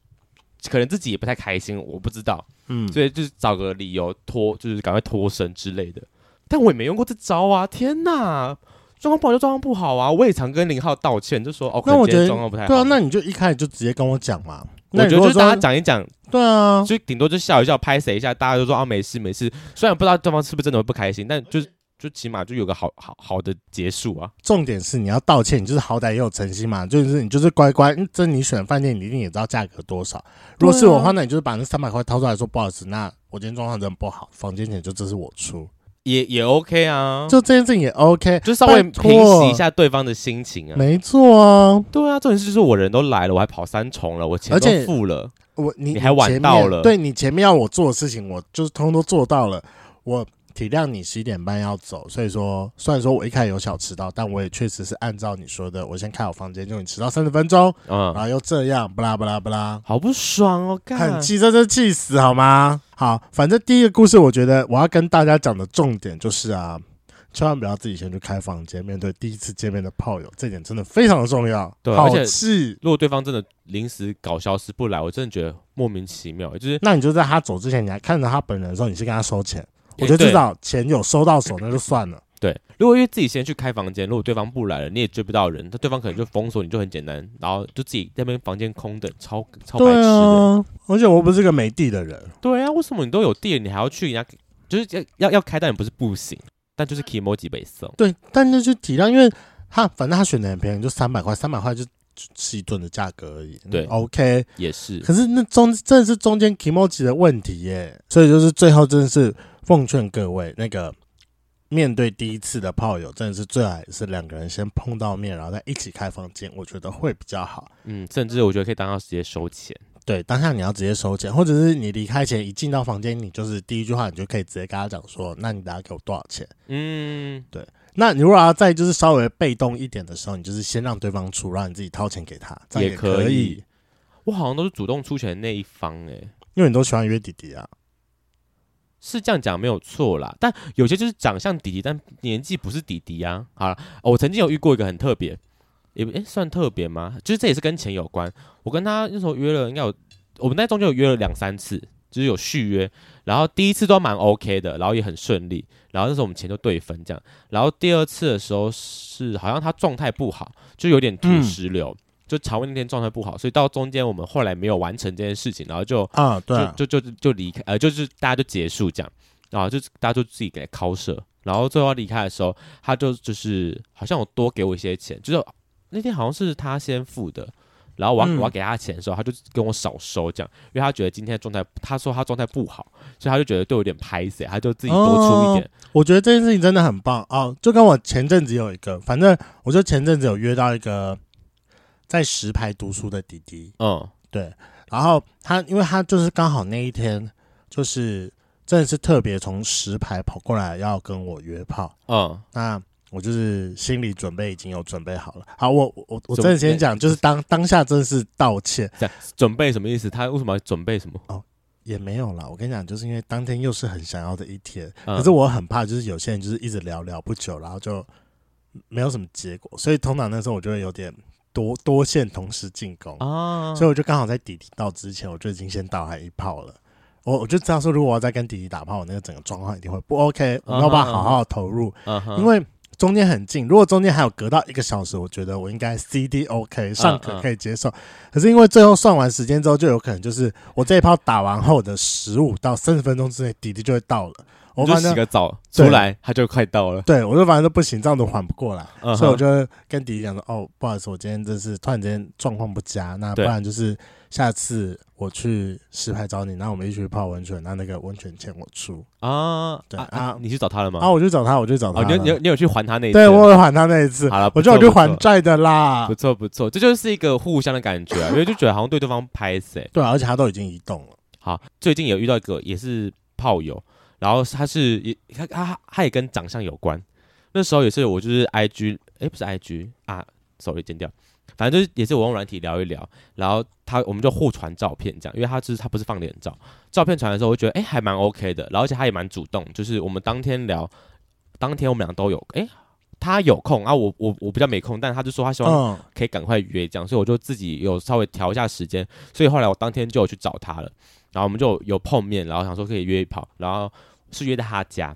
可能自己也不太开心，我不知道，
嗯，
所以就是找个理由脱，就是赶快脱身之类的。但我也没用过这招啊！天哪，状况不好就状况不好啊！我也常跟林浩道歉，就说哦，可
那
能
我
今
觉得
天状况不太好。
对啊，那你就一开始就直接跟我讲嘛。那
我
你
觉
如果
得就是大
说
家讲一讲，
对啊，
就顶多就笑一笑，拍谁一下，大家就说啊没事没事。虽然不知道对方是不是真的会不开心，但就就起码就有个好好好的结束啊。
重点是你要道歉，你就是好歹也有诚心嘛，就是你就是乖乖，嗯这你选的饭店你一定也知道价格多少。如果是我的
啊
话，那你就是把那三百块掏出来说不好意思，那我今天状况真的不好，房间钱就这是我出，
也也 OK 啊，就
就这件事情也 OK，
就稍微
拜
平息
托
一下对方的心情啊。
没错啊。
对啊，重点是就是我人都来了，我还跑三重了，我钱
而
都
且
付了，
我你
你还晚
前面
到了
对你前面要我做的事情，我就是通通都做到了。我体谅你十一点半要走，所以说虽然说我一开始有小迟到，但我也确实是按照你说的，我先开好房间，就你迟到三十分钟，
嗯
然，后又这样，不啦不啦不啦，
好不爽哦，
啊很
干。
气，真是气死好吗？好，反正第一个故事，我觉得我要跟大家讲的重点就是啊。千万不要自己先去开房间，面对第一次见面的炮友，这点真的非常的重要。
对
好
而且
气。
如果对方真的临时搞消失不来，我真的觉得莫名其妙，就是
那你就在他走之前，你还看着他本人的时候，你是跟他收钱，我觉得
哎对
至少钱有收到手，那就算了。
对，如果因为自己先去开房间，如果对方不来了，你也追不到人，那对方可能就封锁你，就很简单，然后就自己在那边房间空等，超超白痴
对
的。
啊，而且我又不是个没地的人，
对啊，为什么你都有地了，你还要去人家，就是要要要开，但也不是不行，但
嗯
就是 k i m o j i 被送。
对，但是就体谅，因为他反正他选的很便宜，就三百块，三百块就就吃一顿的价格而已。
对
，OK。
也是，
可是那中真的是中间 i m o j i 的问题耶，所以就是最后真的是奉劝各位，那个面对第一次的炮友，真的是最好还是两个人先碰到面，然后再一起开房间，我觉得会比较好。
嗯，甚至我觉得可以当到直接收钱。
对，当下你要直接收钱，或者是你离开前一进到房间，你就是第一句话，你就可以直接跟他讲说，那你等下给我多少钱？
嗯，
那你如果要再就是稍微被动一点的时候，你就是先让对方出，让你自己掏钱给他，这样
也
可
可以我好像都是主动出钱的那一方欸诶、
因为你都喜欢约弟弟啊。
是这样讲没有错啦，但有些就是长相弟弟，但年纪不是弟弟啊。好了、哦我曾经有遇过一个很特别，也不诶、算特别吗？就是这也是跟钱有关。我跟他那时候约了，应该有我们在中间有约了两三次，就是有续约，然后第一次都蛮 OK 的，然后也很顺利，然后那时候我们钱就对分这样。然后第二次的时候是好像他状态不好，就有点吐
嗯
石榴，就肠胃那天状态不好，所以到中间我们后来没有完成这件事情，然后就
啊，对啊，
就就就就离开，呃，就是大家就结束这样，然后就是大家就自己给敲舍，然后最后要离开的时候，他就就是好像有多给我一些钱，就是那天好像是他先付的，然后我要、
嗯
我要给他钱的时候，他就跟我少收这样，因为他觉得今天的状态，他说他状态不好，所以他就觉得对我有点拍死，他就自己多出一点，
我觉得这件事情真的很棒哦。就跟我前阵子有一个，反正我就前阵子有约到一个在石牌读书的弟弟，
嗯，
对，然后他因为他就是刚好那一天就是真的是特别从石牌跑过来要跟我约炮，
嗯，
那我就是心理准备已经有准备好了。好，我我我
准备
真的先讲，就是当当下真的是道歉
这样准备什么意思？他为什么要准备什么？
也没有啦。我跟你讲，就是因为当天又是很想要的一天，
嗯
可是我很怕就是有些人就是一直聊聊不久，然后就没有什么结果，所以通常那时候我就会有点多多线同时进攻。
啊，
所以我就刚好在弟弟到之前，我就已经先倒他一炮了。我我就知道说，如果我要再跟弟弟打炮，我那个整个状况一定会不 OK，我没有办法好好地投入，
嗯哼
因为中间很近。如果中间还有隔到一个小时，我觉得我应该 CD OK 尚
嗯
可可以接受。可是因为最后算完时间之后，就有可能就是我这一炮打完后的十五到三十分钟之内，弟弟就会到了。我
你就
反
洗
正
个澡
对
出来，他就快到了，
对我就反正都不行，这样子缓不过来。
嗯
所以我
哼，
就跟迪迪讲说，哦，不好意思，我今天真是突然间状况不佳，那不
对
然就是下次我去石牌找你，那我们一起去泡温泉，那那个温泉钱我出。
啊，
对
啊
啊
啊，你去找他了吗
然？后我就找他，我就找他
哦，
了。
你有你有你有去还他那一次？
对我有还他那一次，啊
好了，不
我就有
错
去
不错
还债的啦
不。错不错，这就是一个互相的感觉、啊，因为就觉得好像对对方拍欸谁。
对啊，而且他都已经移动了。
好，最近有遇到一个也是炮友，然后他是也他他他也跟长相有关，那时候也是我就是 IG，哎、不是 IG 啊，sorry 剪掉，反正就是也是我用软体聊一聊，然后他我们就互传照片这样，因为他就是他不是放脸照，照片传的时候我就觉得哎、还蛮 OK 的，然后而且他也蛮主动，就是我们当天聊，当天我们俩都有哎。他有空啊，我我我比较没空，但他就说他希望
嗯，
可以赶快约这样，所以我就自己有稍微调一下时间，所以后来我当天就有去找他了，然后我们就有碰面，然后想说可以约一跑，然后是约在他家，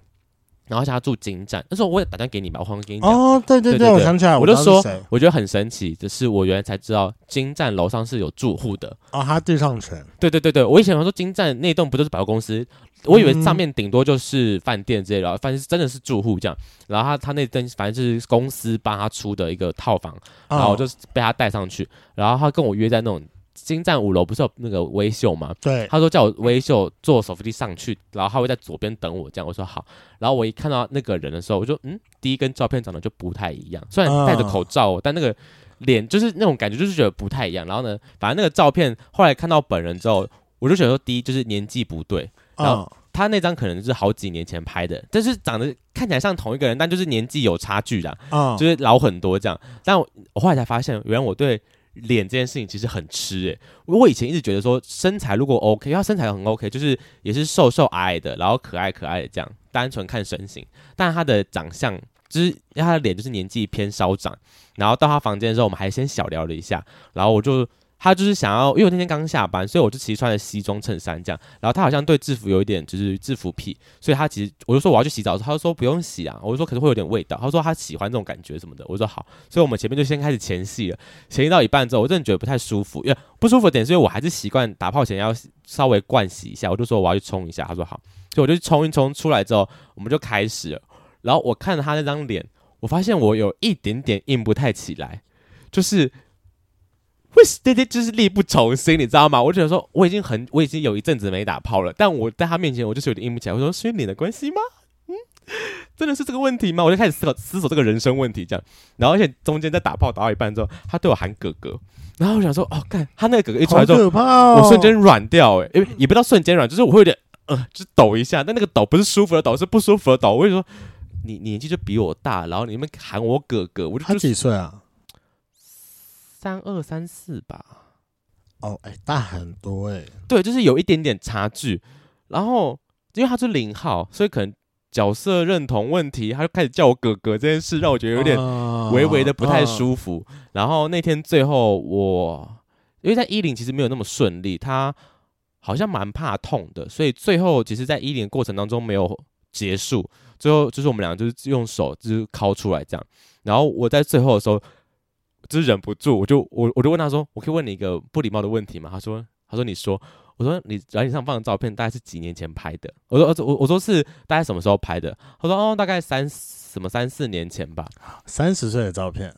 然后而且他住金站，那时候我也打电话给你嘛，我好像跟你讲，
哦，对对
对对对
我想起来，
我就
知道是
说
谁
我觉得很神奇，就是我原来才知道金站楼上是有住户的，
哦，他对上权，
对对对对，我以前想说金站那栋不就是百货公司，我以为上面顶多就是饭店之类的，然后反正是真的是住户这样，然后他他那栋反正就是公司帮他出的一个套房。然后我
哦
就被他带上去，然后他跟我约在那种金站五楼，不是有那个微秀吗？
对，
他说叫我微秀坐手扶梯上去，然后他会在左边等我，这样我说好。然后我一看到那个人的时候，我就嗯，第一跟照片长得就不太一样，虽然戴着口罩哦、但那个脸就是那种感觉，就是觉得不太一样。然后呢，反正那个照片后来看到本人之后，我就觉得说，第一就是年纪不对，然
嗯
后他那张可能是好几年前拍的，但是长得看起来像同一个人，但就是年纪有差距啦。
嗯，
就是老很多这样。但我我后来才发现，原来我对脸这件事情其实很吃诶、我我以前一直觉得说身材如果 OK，因为他身材很 OK，就是也是瘦瘦矮矮的，然后可爱可爱的这样，单纯看身形。但他的长相就是因为他的脸就是年纪偏稍长，然后到他房间的时候，我们还先小聊了一下，然后我就。他就是想要，因为我那天刚下班，所以我就其实穿了西装衬衫这样。然后他好像对制服有一点就是制服癖，所以他其实我就说我要去洗澡，他就说不用洗啊，我就说可是会有点味道，他说他喜欢这种感觉什么的，我就说好，所以我们前面就先开始前戏了，前戏到一半之后，我真的觉得不太舒服，因为不舒服的点是因为我还是习惯打泡前要稍微灌洗一下，我就说我要去冲一下，他说好，所以我就去冲一冲，出来之后我们就开始了，然后我看着他那张脸，我发现我有一点点硬不太起来，就是。会对对，就是力不从心，你知道吗？我就想说，我已经很，我已经有一阵子没打炮了，但我在他面前，我就是有点硬不起来。我说，是因为脸的关系吗？嗯，真的是这个问题吗？我就开始思考思索这个人生问题，这样。然后，而且中间在打炮打到一半之后，他对我喊哥哥，然后我想说，哦，干，他那个哥哥一出来
好
之后，
可怕哦，
我瞬间软掉、欸，哎，因为也不到瞬间软，就是我会有点呃，就是抖一下，但那个抖不是舒服的抖，是不舒服的抖。我就说，你你年纪就比我大，然后你们喊我哥哥，我就
他
就是
几岁啊？
三二三四吧，
哦，哎，大很多哎，
对，就是有一点点差距。然后因为他是零号，所以可能角色认同问题，他就开始叫我哥哥这件事，让我觉得有点
啊嗯
微微的不太
服。
舒服。然后那天最后我，因为在一零其实没有那么顺利，他好像蛮怕痛的，所以最后其实，在一零过程当中没有结束，最后就是我们俩就是用手就是掏出来这样。然后我在最后的时候，就是忍不住，我就我我就问他说：“我可以问你一个不礼貌的问题吗？”他说：“他说你说。”我说你软体上放的照片大概是几年前拍的？我说呃我我说是大概什么时候拍的？他说哦大概三什么三四年前吧。
三十岁的照片，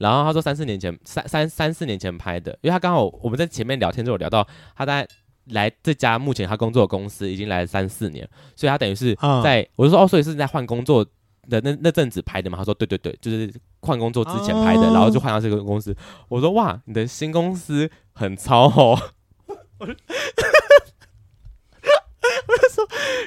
然后他说三四年前，三三三四年前拍的，因为他刚好我们在前面聊天就有聊到，他大概来这家目前他工作的公司已经来了三四年，所以他等于是
嗯
在、我就说哦，所以是在换工作的那那阵子拍的嘛？他说对对对，就是换工作之前拍的，
哦
然后就换到这个公司。我说哇，你的新公司很糙哦。 我就我就说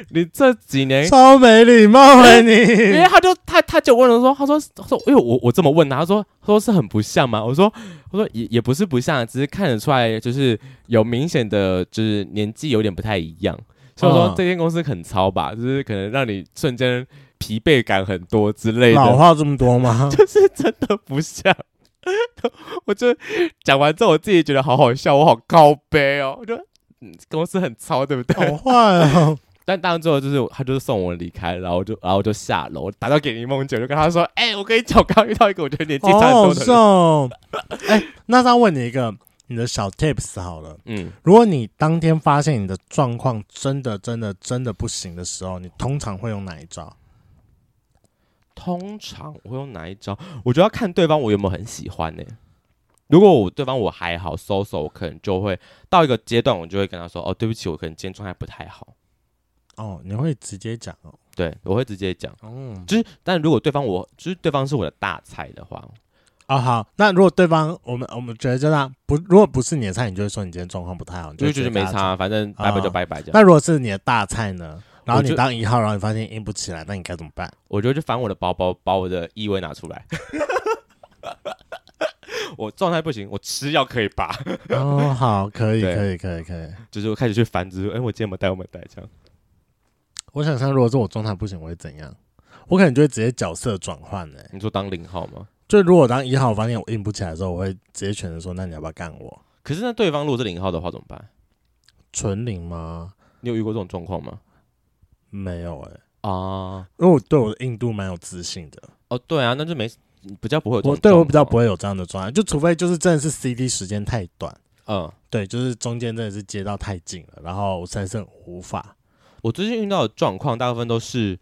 你这几年
超没礼貌哎
因
你
为。他就他他就问了说，他说他说，因为我我这么问他，他说他说是很不像吗？我说我说也也不是不像，啊只是看得出来就是有明显的就是年纪有点不太一样，所以
嗯
我说这间公司很糙吧，就是可能让你瞬间疲惫感很多之类
老
的，
话这么多 吗？
就是真的不像。 我就讲完之后，我自己觉得好好笑，我好高杯哦，我就嗯公司很糙，对不对？
好坏 哦，
但当然最后就是他就是送我离开，然后我就然后我就下楼打到给林梦姐，我就跟他说：“哎、我跟你讲，我刚刚遇到一个我觉得年纪
好
差很
好
多的
笑
人。
哦。哎，那再问你一个你的小 tips 好了，
嗯，
如果你当天发现你的状况真的真的真的不行的时候，你通常会用哪一招？
通常我会用哪一招？我觉得要看对方我有没有很喜欢呢、如果我对方我还好收手，我可能就会到一个阶段，我就会跟他说：“哦，对不起，我可能今天状态不太好。
哦，你会直接讲哦。”
对，我会直接讲。
嗯，
就是，但如果对方我就是对方是我的大菜的话，
哦好，那如果对方我们我们觉得这样不，如果不是你的菜，你就会说你今天状况不太好，你
就
会
会觉得
直接
没
跟
啊
他讲。
差，反正拜拜就拜拜这样。
那如果是你的大菜呢？然后
我
你
就
当一号，然后你发现哎硬不起来，那你该怎么办？
我就去翻我的包包，把我的异味拿出来。 我状态不行，我吃药可以拔，
哦，好，可以，
对
可以，可以，可以。
就是我开始去翻，就是哎、我今天有没有带，我没有带这样。
我想象，如果是我状态不行，我会怎样？我可能就会直接角色转换诶。
你说当零号吗？
就如果我当一号，我发现我硬不起来的时候，我会直接选择说：“那你要不要干我？
可是那对方如果是零号的话怎么办？
纯零吗？
你有遇过这种状况吗？
没有诶，
啊，
因为我哦对我的硬度蛮有自信的，
哦，对啊，那就没比较不会有这种
我对我比较
状
不会有这样的状态，就除非就是真的是 CD 时间太短，
况，嗯，
对，就是中间真的是接到太近了，然后我实在是很无法。
我最近遇到的状况，大部分都是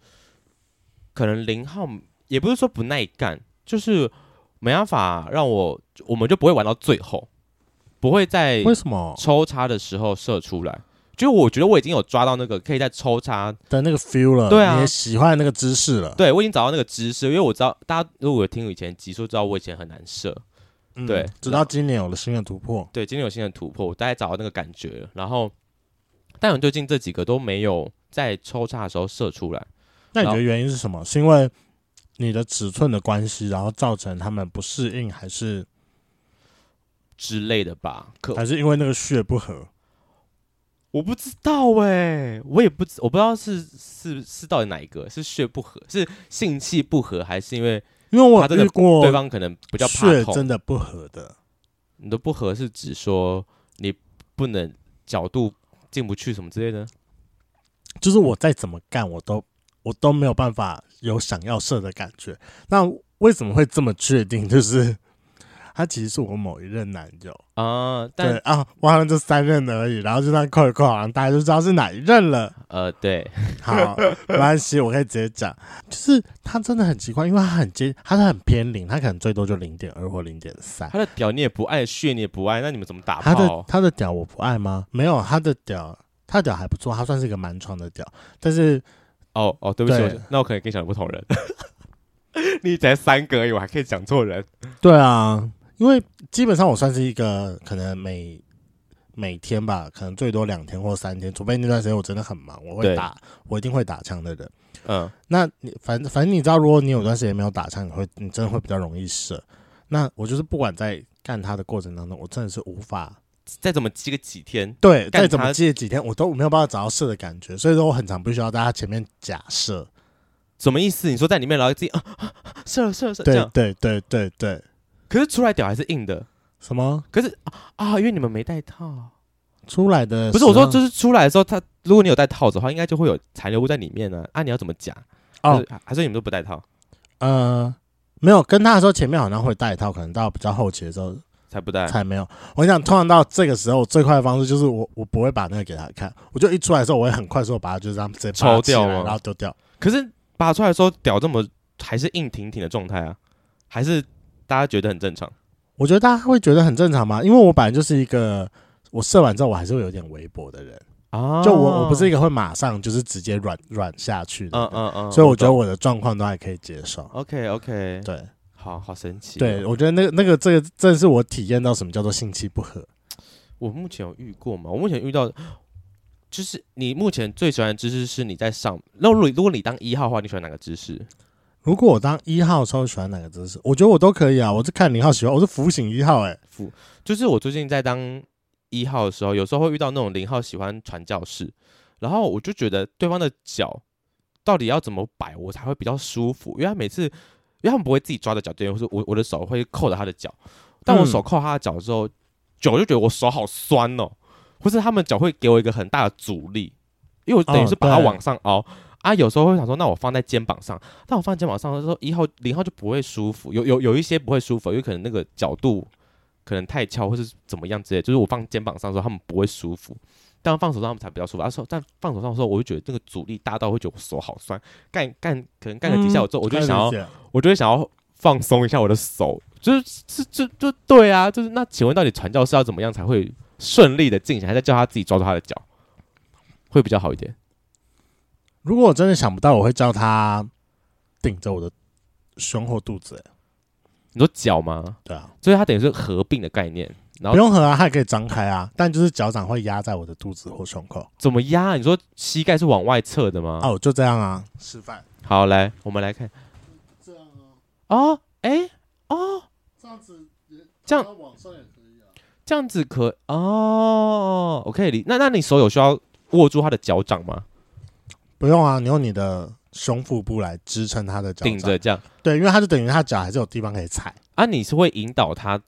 可能零号，也不是说不耐干，就是没办法让我，我们就不会玩到最后，不会在
为什么
抽插的时候射出来。就我觉得我已经有抓到那个可以在抽插，
的那个 feel 了？
对啊
你也喜欢那个姿势了。
对我已经找到那个姿势，因为我知道大家如果有听我以前的集数，知道我以前很难射，
嗯
对
直到今年有了新的突破。
对，今天有新的突破，我大概找到那个感觉了。然后，但我最近这几个都没有在抽插的时候射出来，
那你
然
觉
后
得原因是什么？是因为你的尺寸的关系，然后造成他们不适应，还是
之类的吧？可
还是因为那个血不合？
我不知道哎、我也不知我不知道是是是到底哪一个是血不合，是性气不合，还是因为
因为我
他真的
遇过
对方可能比较怕
血
痛？
真的不合的，
你的不合是指说你不能角度进不去什么之类的？
就是我再怎么干，我都我都没有办法有想要射的感觉。那为什么会这么确定？ 就是他其实是我某一任男友，
啊、
对
但
啊，我好像就三任而已，然后就这样扣一扣，好像大家就知道是哪一任了。
呃，对，
好，没关系，我可以直接讲，就是他真的很奇怪，因为他很接，他是很偏零，他可能最多就零点二或零点三。
他的屌你也不爱，血你也不爱，那你们怎么打
他的
炮？
他的屌我不爱吗？没有，他的屌，他的屌还不错，他算是一个蛮长的屌，但是
哦哦，对不起，
对
我那我可能跟你想的不同人。 你才三个而已，我还可以讲错人。
对啊，因为基本上我算是一个可能每每天吧，可能最多两天或三天，除非那段时间我真的很忙，我会
对
打，我一定会打枪的人。
嗯，
那你反正反正你知道，如果你有段时间没有打枪，你会你真的会比较容易射。那我就是不管在干他的过程当中，我真的是无法
再怎么积个几天，
对
干
再怎么
他
记几天，我都没有办法找到射的感觉，所以说我很常必须要在他前面假设。
什么意思？你说在里面，然后自己啊啊啊射了射了射了这
对
样，
对对对对，
可是出来屌还是硬的
什么
啊，因为你们没戴套。
出来的
不是我说，
时候
就是出来的时候，他如果你有戴套子的话，应该就会有残留物在里面呢、啊。你要怎么夹？
哦
还是，还是你们都不戴套
呃没有跟他的时候，前面好像会戴套，可能到比较后期的时候
才不戴？
才没有。我跟你讲，通常到这个时候，最快的方式就是我我不会把那个给他看，我就一出来的时候，我会很快速地把它就这样直接拔
抽
起来
掉吗
然后丢掉。
可是拔出来的时候，屌这么还是硬挺挺的状态啊，还是大家觉得很正常？
我觉得大家会觉得很正常嘛，因为我本来就是一个，我射完之后我还是会有点微薄的人，
啊，
就我我不是一个会马上就是直接软软下去的
嗯
人，
嗯嗯，
所以我觉得
懂哦
我的状况都还可以接受。
OK OK，
对
好好神奇哦。
对，我觉得那个那个这个正是我体验到什么叫做性气不合。
我目前有遇过吗？我目前遇到，就是你目前最喜欢的姿势是你在上。那如果如果你当一号的话，你喜欢哪个姿势？
如果我当一号的时候喜欢哪个姿势，我觉得我都可以啊。我是看零号喜欢，我是服刑一号、欸，哎，
就是我最近在当一号的时候，有时候会遇到那种零号喜欢传教士，然后我就觉得对方的脚到底要怎么摆我才会比较舒服，因为他每次，因为他们不会自己抓着脚对，或者我我的手会扣着他的脚，但我
嗯
手扣他的脚之后，久了就觉得我手好酸哦，或是他们脚会给我一个很大的阻力，因为我等于
哦
是把它
对
往上凹。啊，有时候会想说，那我放在肩膀上，但我放在肩膀上的时候，一号、零号就不会舒服，有有有一些不会舒服，因为可能那个角度可能太翘，或是怎么样之类的。就是我放肩膀上的时候，他们不会舒服，但放手上他们才比较舒服。啊，手但放手上的时候，我就觉得那个阻力大到会觉得我手好酸，干干可能干个几下，我之后我就想要
可以，理解
我就会想要放松一下我的手，就是是就就对啊，就是那请问到底传教士要怎么样才会顺利的进行，还是叫他自己抓住他的脚，会比较好一点？
如果我真的想不到，我会叫他顶着我的胸或肚子、欸
你说脚吗？
对啊，
所以它等于是合并的概念。然
不
后
用合啊，它也可以张开啊，但就是脚掌会压在我的肚子或胸口。
怎么压？你说膝盖是往外侧的吗？
哦，就这样啊，示范。
好，来，我们来看。
啊
哦，哎、哦，
这样子
这样
往上也可以啊。
这样子可哦，我可以理。那那你手有需要握住他的脚掌吗？
不用啊，你用你的胸腹部来支撑他的脚掌
顶着这样
对，因为它就等于他脚还是有地方可以踩。
啊？你是会引导他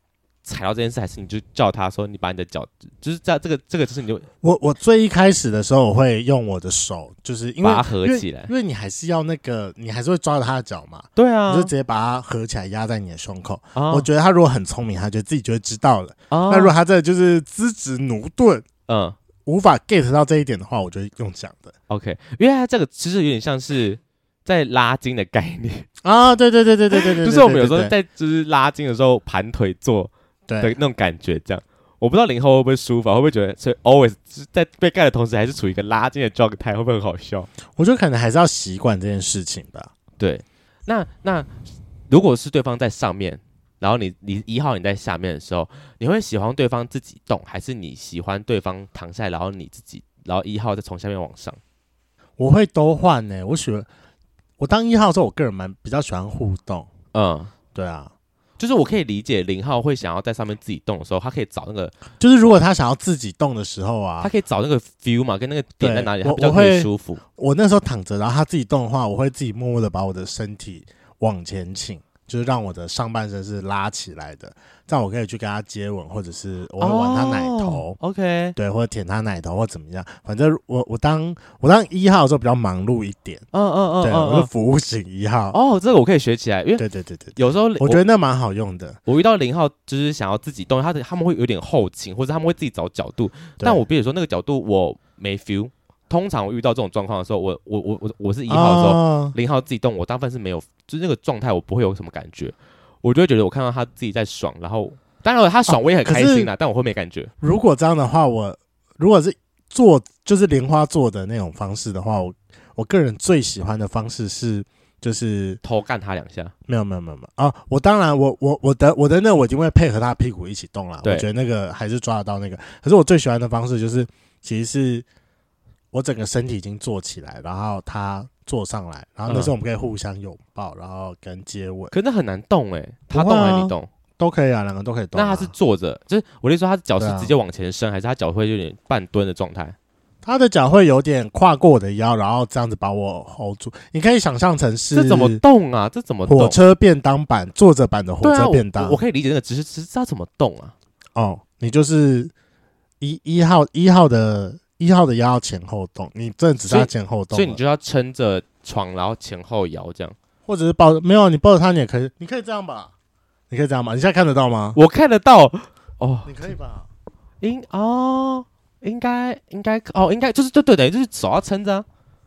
踩到这件事，还是你就叫他说你把你的脚，就是在这个这个就是你就
我我最一开始的时候，我会用我的手，就是因为
把它合
因为
起来
因为你还是要那个，你还是会抓着他的脚嘛，
对啊
你就直接把它合起来压在你的胸口。
啊
我觉得他如果很聪明，他觉得自己就会知道了。
啊
那如果他真的就是资质驽钝，
嗯
无法 get 到这一点的话，我就用讲的
OK，因为它这个其实有点像是在拉筋的概念，
啊。对对对对对对对，
就是我们有时候
对
在就是拉筋的时候盘腿坐
对
的那种感觉，这样。我不知道零后会不会舒服啊，会不会觉得所以 always 就是在被盖的同时还是处于一个拉筋的状态，会不会很好笑？
我觉得可能还是要习惯这件事情吧。
对，那那如果是对方在上面，然后你你一号你在下面的时候，你会喜欢对方自己动，还是你喜欢对方躺下来，然后你自己，然后一号再从下面往上？
我会都换呢、我喜欢我当一号的时候，我个人蛮比较喜欢互动。
嗯，
对啊，
就是我可以理解零号会想要在上面自己动的时候，他可以找那个，
就是如果他想要自己动的时候啊
他，可以找那个 feel 嘛，跟那个点在哪里，
对
他
我
比较
我
可以
会
舒服。
我那时候躺着，然后他自己动的话，我会自己默默的把我的身体往前倾，就是让我的上半身是拉起来的，这样我可以去跟他接吻，或者是我会玩他奶头。
哦、，OK，
对，或者舔他奶头，或怎么样，反正我我当我当一号的时候比较忙碌一点，
嗯嗯嗯
对，
嗯
我是
嗯，
服务型一号，
哦，这个我可以学起来，因为
对对对对，
有时候
我觉得那蛮好用的。
我遇到零号就是想要自己动，他的他们会有点后倾，或者他们会自己找角度。
对
但我比如说那个角度我没 feel，通常我遇到这种状况的时候，我我我我我是一号的时候，
哦
零、号自己动，我大部分是没有，就是那个状态我不会有什么感觉，我就会觉得我看到他自己在爽，然后当然他爽我也很
哦可
开
是
心啦，但我会没感觉。
如果这样的话，我如果是做就是莲花做的那种方式的话，我我个人最喜欢的方式是就是
偷干他两下，
没有没有没有没有啊！我当然我我我的我的那我一定会配合他屁股一起动啦。
对
我觉得那个还是抓得到那个。可是我最喜欢的方式就是，其实是我整个身体已经坐起来，然后他坐上来，然
嗯
后那时候我们可以互相拥抱，然后跟接吻
可是那很难动哎、他
不
动
会啊
还是你动？
都可以啊，两个都可以动啊、
那他是坐着，就是我的意思说他的脚是
对啊
直接往前伸，还是他脚会有点半蹲的状态？
他的脚会有点跨过我的腰，然后这样子把我 hold 住。你可以想象成是
这怎么动啊？这怎么动？
火车便当版坐着版的火
对啊，
车
我
便当、
我我可以理解那个，只是只是他怎么动啊？
哦，你就是一一号一号的一号的腰要前后动，你真的只是
所以
要前后动
所
了，
以你就要撑着床，然后前后摇这样。
或者是抱没有你抱着它，你也可以，你可以这样吧，你可以这样吧，你现在看得到吗？
我看得到哦，
你可以吧？
应哦，应该应该哦，应该就是对对等于就是手要撑着啊、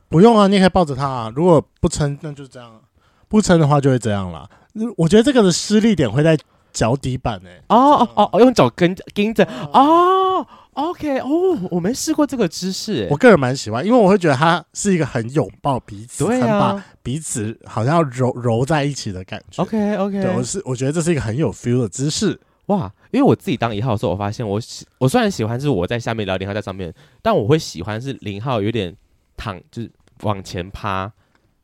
不用啊，你也可以抱着它、啊，如果不撑，那就这样啊，不撑的话就会这样啦。我觉得这个的失力点会在脚底板欸诶、
哦哦哦，用脚跟跟着哦。OK，哦，我没试过这个姿势、
我
欸，
个人蛮喜欢，因为我会觉得它是一个很拥抱彼此，
对
很把
啊
彼此好像要揉揉在一起的感觉。
，OK
对，我
OK，
是我觉得这是一个很有 feel 的姿势。
哇，因为我自己当一号的时候，我发现我喜我虽然喜欢是我在下面，然后零号在上面，但我会喜欢是零号有点躺，就是往前趴，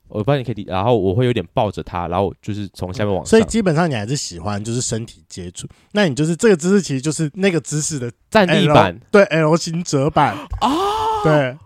我不知道你可以理，然后我会有点抱着他，然后就是从下面往上，
嗯所以基本上你还是喜欢就是身体接触，那你就是这个姿势其实就是那个姿势的
站地
L
板，
对 L 型折板哦，对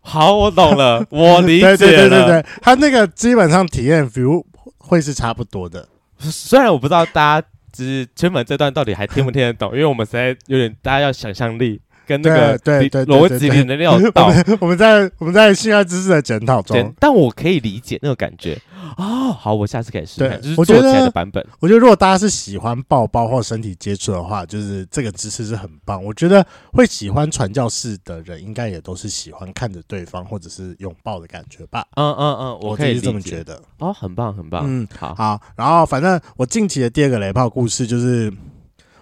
好，我懂了，我理解
对对对
了。
对对，它那个基本上体验 feel 会是差不多的。
虽然我不知道大家就是圈粉这段到底还听不听得懂，因为我们实在有点大家要想象力跟那个
对
理
对对对
逻辑理能力要有到
我。们我们在我们在性爱知识的检讨
对
中，
但我可以理解那种感觉哦。好，我下次可以试试看，
对
就是
我
做
觉
起来
得
的版本。
我觉得如果大家是喜欢抱抱或身体接触的话，就是这个姿势是很棒。我觉得会喜欢传教士的人，应该也都是喜欢看着对方或者是拥抱的感觉吧。
嗯嗯嗯，
我
可以
自己是这
理
么
解
觉得。
哦，很棒很棒。
嗯，
好，
好，然后反正我近期的第二个雷炮故事就是，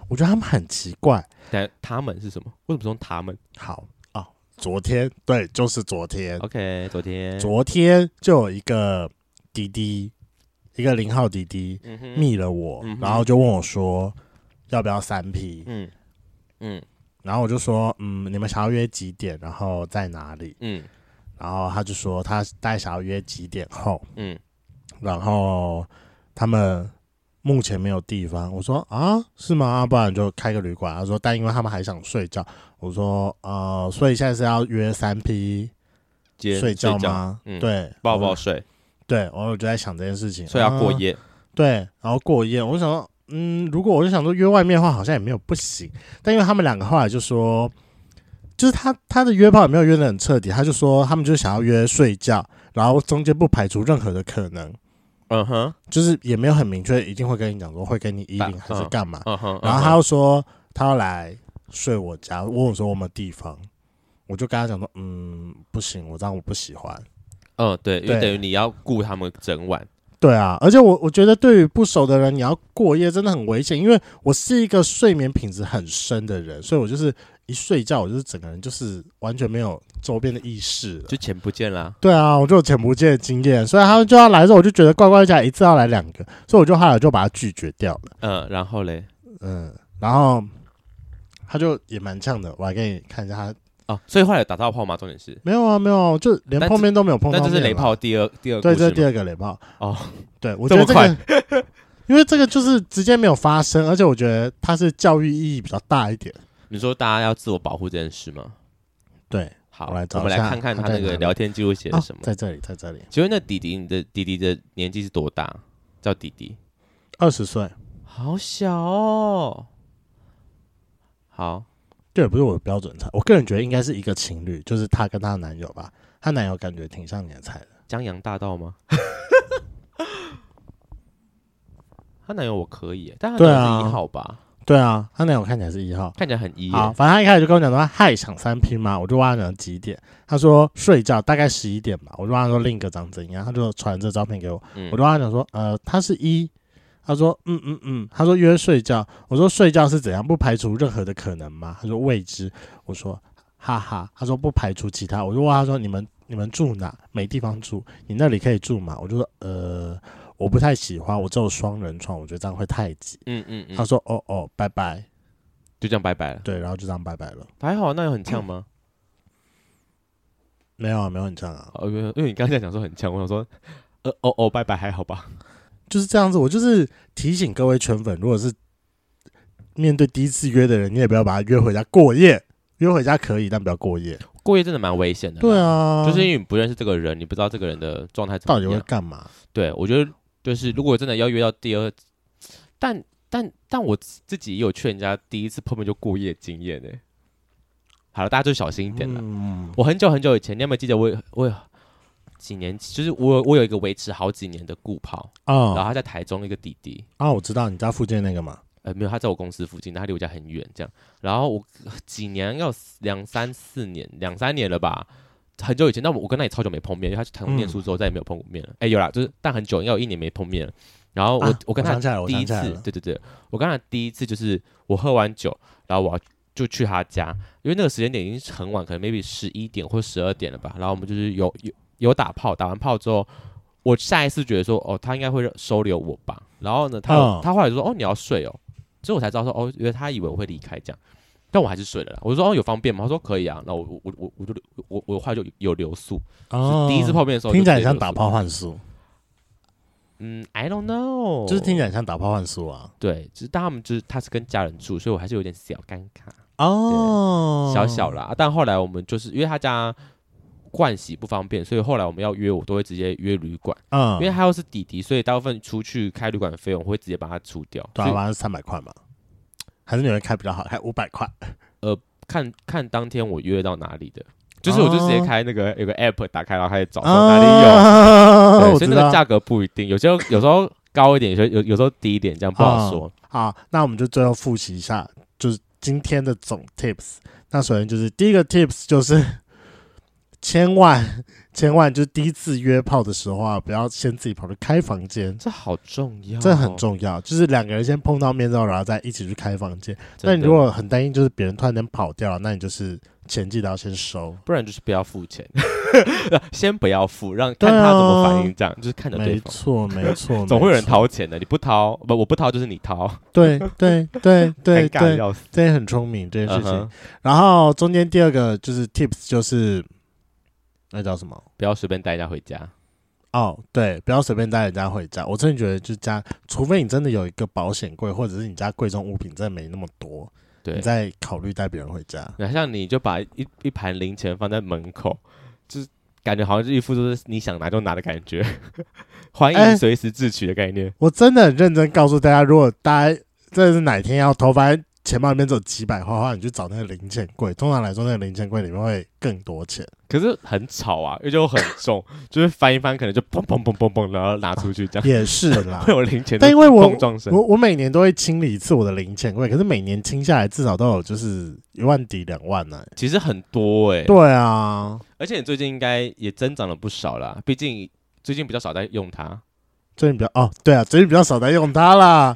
我觉得他们很奇怪。
但他们是什么？为什么是用他们
好哦，昨天对，呃就是昨天，
？OK，昨天
昨天就有一个滴滴，一个零号滴滴
嗯哼，
密了我，
嗯哼
然后就问我说要不要三 P，
嗯嗯
然后我就说嗯，你们想要约几点，然后在哪里？
嗯
然后他就说他大概想要约几点后，
嗯，
然后他们目前没有地方。我说啊，是吗？啊不然就开个旅馆。他说，但因为他们还想睡觉。我说呃，所以现在是要约三 P
接
睡觉吗？
嗯
对，
抱
我
抱睡，
对，我有就在想这件事情，
所以要过
啊
夜。
对，然后过夜，我就想说，嗯，如果我就想说约外面的话，好像也没有不行。但因为他们两个后来就说，就是他他的约炮也没有约的很彻底，他就说他们就想要约睡觉，然后中间不排除任何的可能，
嗯哼，
就是也没有很明确一定会跟你讲说会跟你一零还是干嘛。
嗯哼，
然后
嗯
他
哼
又说他要来睡我家，问我说我们地方，我就跟他讲说，嗯，不行，我这样我不喜欢。
嗯，对，因为
对
等于你要顾他们整晚。
对啊，而且我我觉得对于不熟的人，你要过夜真的很危险，因为我是一个睡眠品质很深的人，所以我就是一睡觉，我就是整个人就是完全没有周边的意识了。
就钱不见啦。
对啊，我就有潜不见的经验，所以他们就要来的时候，我就觉得怪怪家一次要来两个，所以我就后来就把他拒绝掉了。
嗯，然后嘞，
嗯，然后他就也蛮呛的，我来给你看一下他。
哦，所以后来有打到炮吗？重点是，
没有啊，没有啊，我就连
但
碰面都没有碰到
但
面
这
了。
是雷炮第二第二故
对，这
事
是第
吗
二个雷暴。
哦，
对，我觉得这
这么
个， 因为这个就是直接没有发生，而且我觉得它是教育意义比较大一点。
你说大家要自我保护这件事吗？
对，
好，
我来找
我们来
一下
看看
他
他
在
那
哪
个
里
聊天记录写的
啊
什么。
在这里，在这里，
请问那弟弟，你的弟弟的年纪是多大？叫弟弟，
二十岁，
好小哦。好，
这也不是我的标准菜。我个人觉得应该是一个情侣，就是她跟她的男友吧。她男友感觉挺像你的菜的，
江洋大盗 吗？她男友我可以耶，但她
对
男友是
啊
一号吧，
对啊，她男友看起来是一号。
看起来很一耶。
好，反正她一开始就跟我讲说，嗨，想三 P 吗？我就问她讲几点，她说睡觉大概十一点吧。我就问她说另一个长怎样，她就传这照片给我，
嗯
我就跟他讲说，呃，他是一，他说，嗯嗯嗯，他说约睡觉，我说睡觉是怎样，不排除任何的可能吗？他说未知，我说哈哈，他说不排除其他，我就问他说你们你们住哪？没地方住，你那里可以住吗？我就说呃，我不太喜欢，我只有双人床，我觉得这样会太挤。
嗯嗯
他
嗯，
说哦哦，拜拜，
就这样拜拜了。
对，然后就这样拜拜了。
还好，那有很呛 吗？
没有啊，没有很这样啊，
哦，因为因为你刚才讲说很呛，我想说，呃，哦哦，拜拜，还好吧？
就是这样子。我就是提醒各位圈粉，如果是面对第一次约的人，你也不要把他约回家过夜。约回家可以，但不要过夜。
过夜真的蛮危险的。
对，啊，
就是因为你不认识这个人，你不知道这个人的状态怎
到底
么
会
样。
干嘛？
对，我觉得就是如果真的要约到第二，但但但我自己也有劝人家第一次碰面就过夜经验呢、欸好了，大家就小心一点了。
嗯，
我很久很久以前，你有没有记得我有我有几年，就是我我有一个维持好几年的顾跑，然后
啊
他在台中一个弟弟，
啊，我知道你家附近那个嘛，
呃，没有，他在我公司附近，但他离我家很远，这样。然后我呃几年要两三四年，两三年了吧，很久以前。但我我跟他也超久没碰面，因为他去台中念书之后再也没有碰过面了。哎、有啦，就是但很久，应该有一年没碰面了。然后我、
啊
我跟他
想起来了，我
第
想
一
起来
次，
了，
对对对，我跟他第一次就是我喝完酒，然后我要就去他家，因为那个时间点已经很晚，可能 maybe 十一点或十二点了吧。然后我们就是有有有打炮，打完炮之后，我下一次觉得说，哦，他应该会收留我吧。然后呢，他、
嗯
他后来就说，哦，你要睡哦。之后我才知道说，哦，原来他以为我会离开这样，但我还是睡了啦。我就说，哦，有方便吗？他说可以啊。那我我我我就我我后来就有留宿，
哦
就是第一次泡面的时候
听起来很
就直接
像
留
打
宿。
炮幻术，
嗯，I don't know，
就是听起来很像打炮幻术啊。
对，只是但他们就是他是跟家人住，所以我还是有点小尴尬，
哦，
小小啦。啊但后来我们就是因为他家盥洗不方便，所以后来我们要约我都会直接约旅馆，
嗯，
因为他又是弟弟，所以大部分出去开旅馆的费用我会直接把它除掉。
对
所
啊，
以
晚上三百块嘛，还是你会开比较好，开五百块。
看看当天我约到哪里的，就是我就直接
哦
开那个有个 app 打开，然后开始找说哪里有，
啊
对，
我知
所以那个
道。
价格不一定，有时候有时候高一点，有时候有有时候低一点，这样不好
哦
说。
好，那我们就最后复习一下，就是今天的总 tips。那首先就是第一个 tips 就是，千万千万就是第一次约炮的时候啊，不要先自己跑去开房间，
这好重要哦，
这很重要。就是两个人先碰到面之后，然后再一起去开房间。
真的。
那你如果很担心，就是别人突然间跑掉了，那你就是钱记得要先收。
不然就是不要付钱， 先不要付，让
啊
看他怎么反应，这样、就是看着对
没
方，
错，没错，
总会有人
没错
掏钱的，你不掏，不我不掏就是你掏，
对对对对
尴尬得
对，
要死。
这也很聪明这件事
嗯
情
哼。，
然后中间第二个就是 tips，就是那叫什么？
不要随便带人家回家。
哦，对，不要随便带人家回家。我真的觉得，就家，除非你真的有一个保险柜，或者是你家贵重物品真的没那么多，
对
你，再考虑带别人回家。
然后像你就把一一盘零钱放在门口，就是感觉好像是一副就是你想拿就拿的感觉， 欢
哎
迎随时自取的概念。
我真的很认真告诉大家，如果大家真的是哪天要偷发现钱包里面只有几百块的话，你去找那个零钱柜。通常来说，那个零钱柜里面会更多钱。
可是很吵啊，而且又很重， 就是翻一翻可能就砰砰砰砰砰，然后拿出去 这样，
也是啦
会，有零钱的
但因为我
碰撞声
我。我每年都会清理一次我的零钱柜，可是每年清下来至少都有就是一万抵两万呢、
其实很多哎、
对啊，
而且你最近应该也增长了不少啦，毕竟最近比较少在用它。
最近比较哦，对啊，最近比较少在用它啦，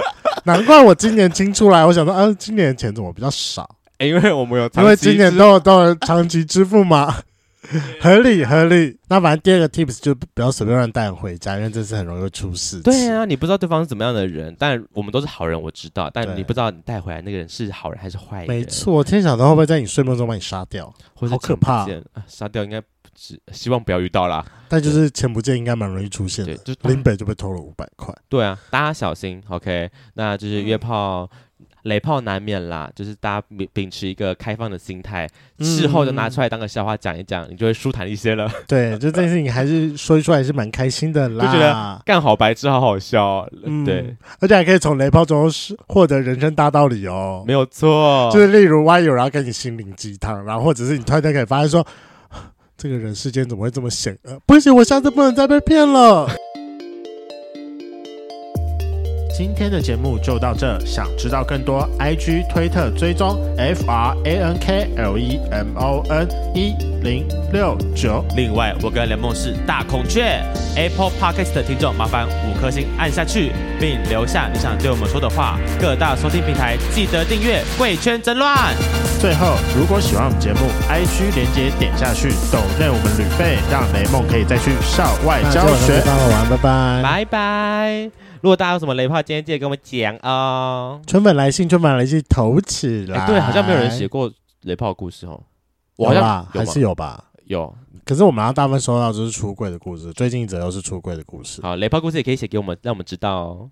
难怪我今年清出来，我想说，啊，今年的钱怎么比较少？
哎因为我们有长
因为
期
今年
支
都有都有长期支付嘛， 合理合理。那反正第二个 tips 就不要随便乱带人回家，因为这是很容易会出事情。
对啊，你不知道对方是怎么样的人，但我们都是好人，我知道，但
对
你不知道你带回来那个人是好人还是坏人，
没，错。我天想到会不会在你睡梦中把你杀掉？
或是
好可怕
看不见啊杀掉应该不止，希望不要遇到啦。
但就是钱不见，应该蛮容易出现
对，
的。
就是大
林北就被偷了五百块。
对啊，大家小心，OK？那就是
嗯
约炮、雷炮难免啦，就是大家秉秉持一个开放的心态，
嗯
事后就拿出来当个笑话讲一讲，你就会舒坦一些了。
对，就这件事情还是说出来是蛮开心的啦。
就觉得干好白痴，好好笑哦、
嗯
对，，
而且还可以从雷炮中是获得人生大道理哦。
没有错，
就是例如歪友，然后给你心灵鸡汤，然后或者是你突然间可以发现说， 这个人世间怎么会这么险恶？不行，我下次不能再被骗了。今天的节目就到这，想知道更多，IG、推特追踪 F R A N K L E M O N 一零六九。
另外，我跟雷梦是大孔雀 Apple Podcast 的听众，麻烦五颗星按下去，并留下你想对我们说的话。各大收听平台记得订阅《贵圈争乱》。
最后，如果喜欢我们节目，IG 连接点下去，抖内我们旅费，让雷梦可以再去校外教学。大家晚拜拜。
拜拜！如果大家有什么雷炮，今天记得跟我们讲哦。
春粉来信，春粉来信投起来。
哎，对，好像没有人写，过雷炮的故事哦。
有
我好像
吧？
有
还
吗
是有吧？
有。
可是我们要大部分收到就是出柜的故事，最近一则又是出柜的故事。
好，雷炮故事也可以写给我们，让我们知道哦。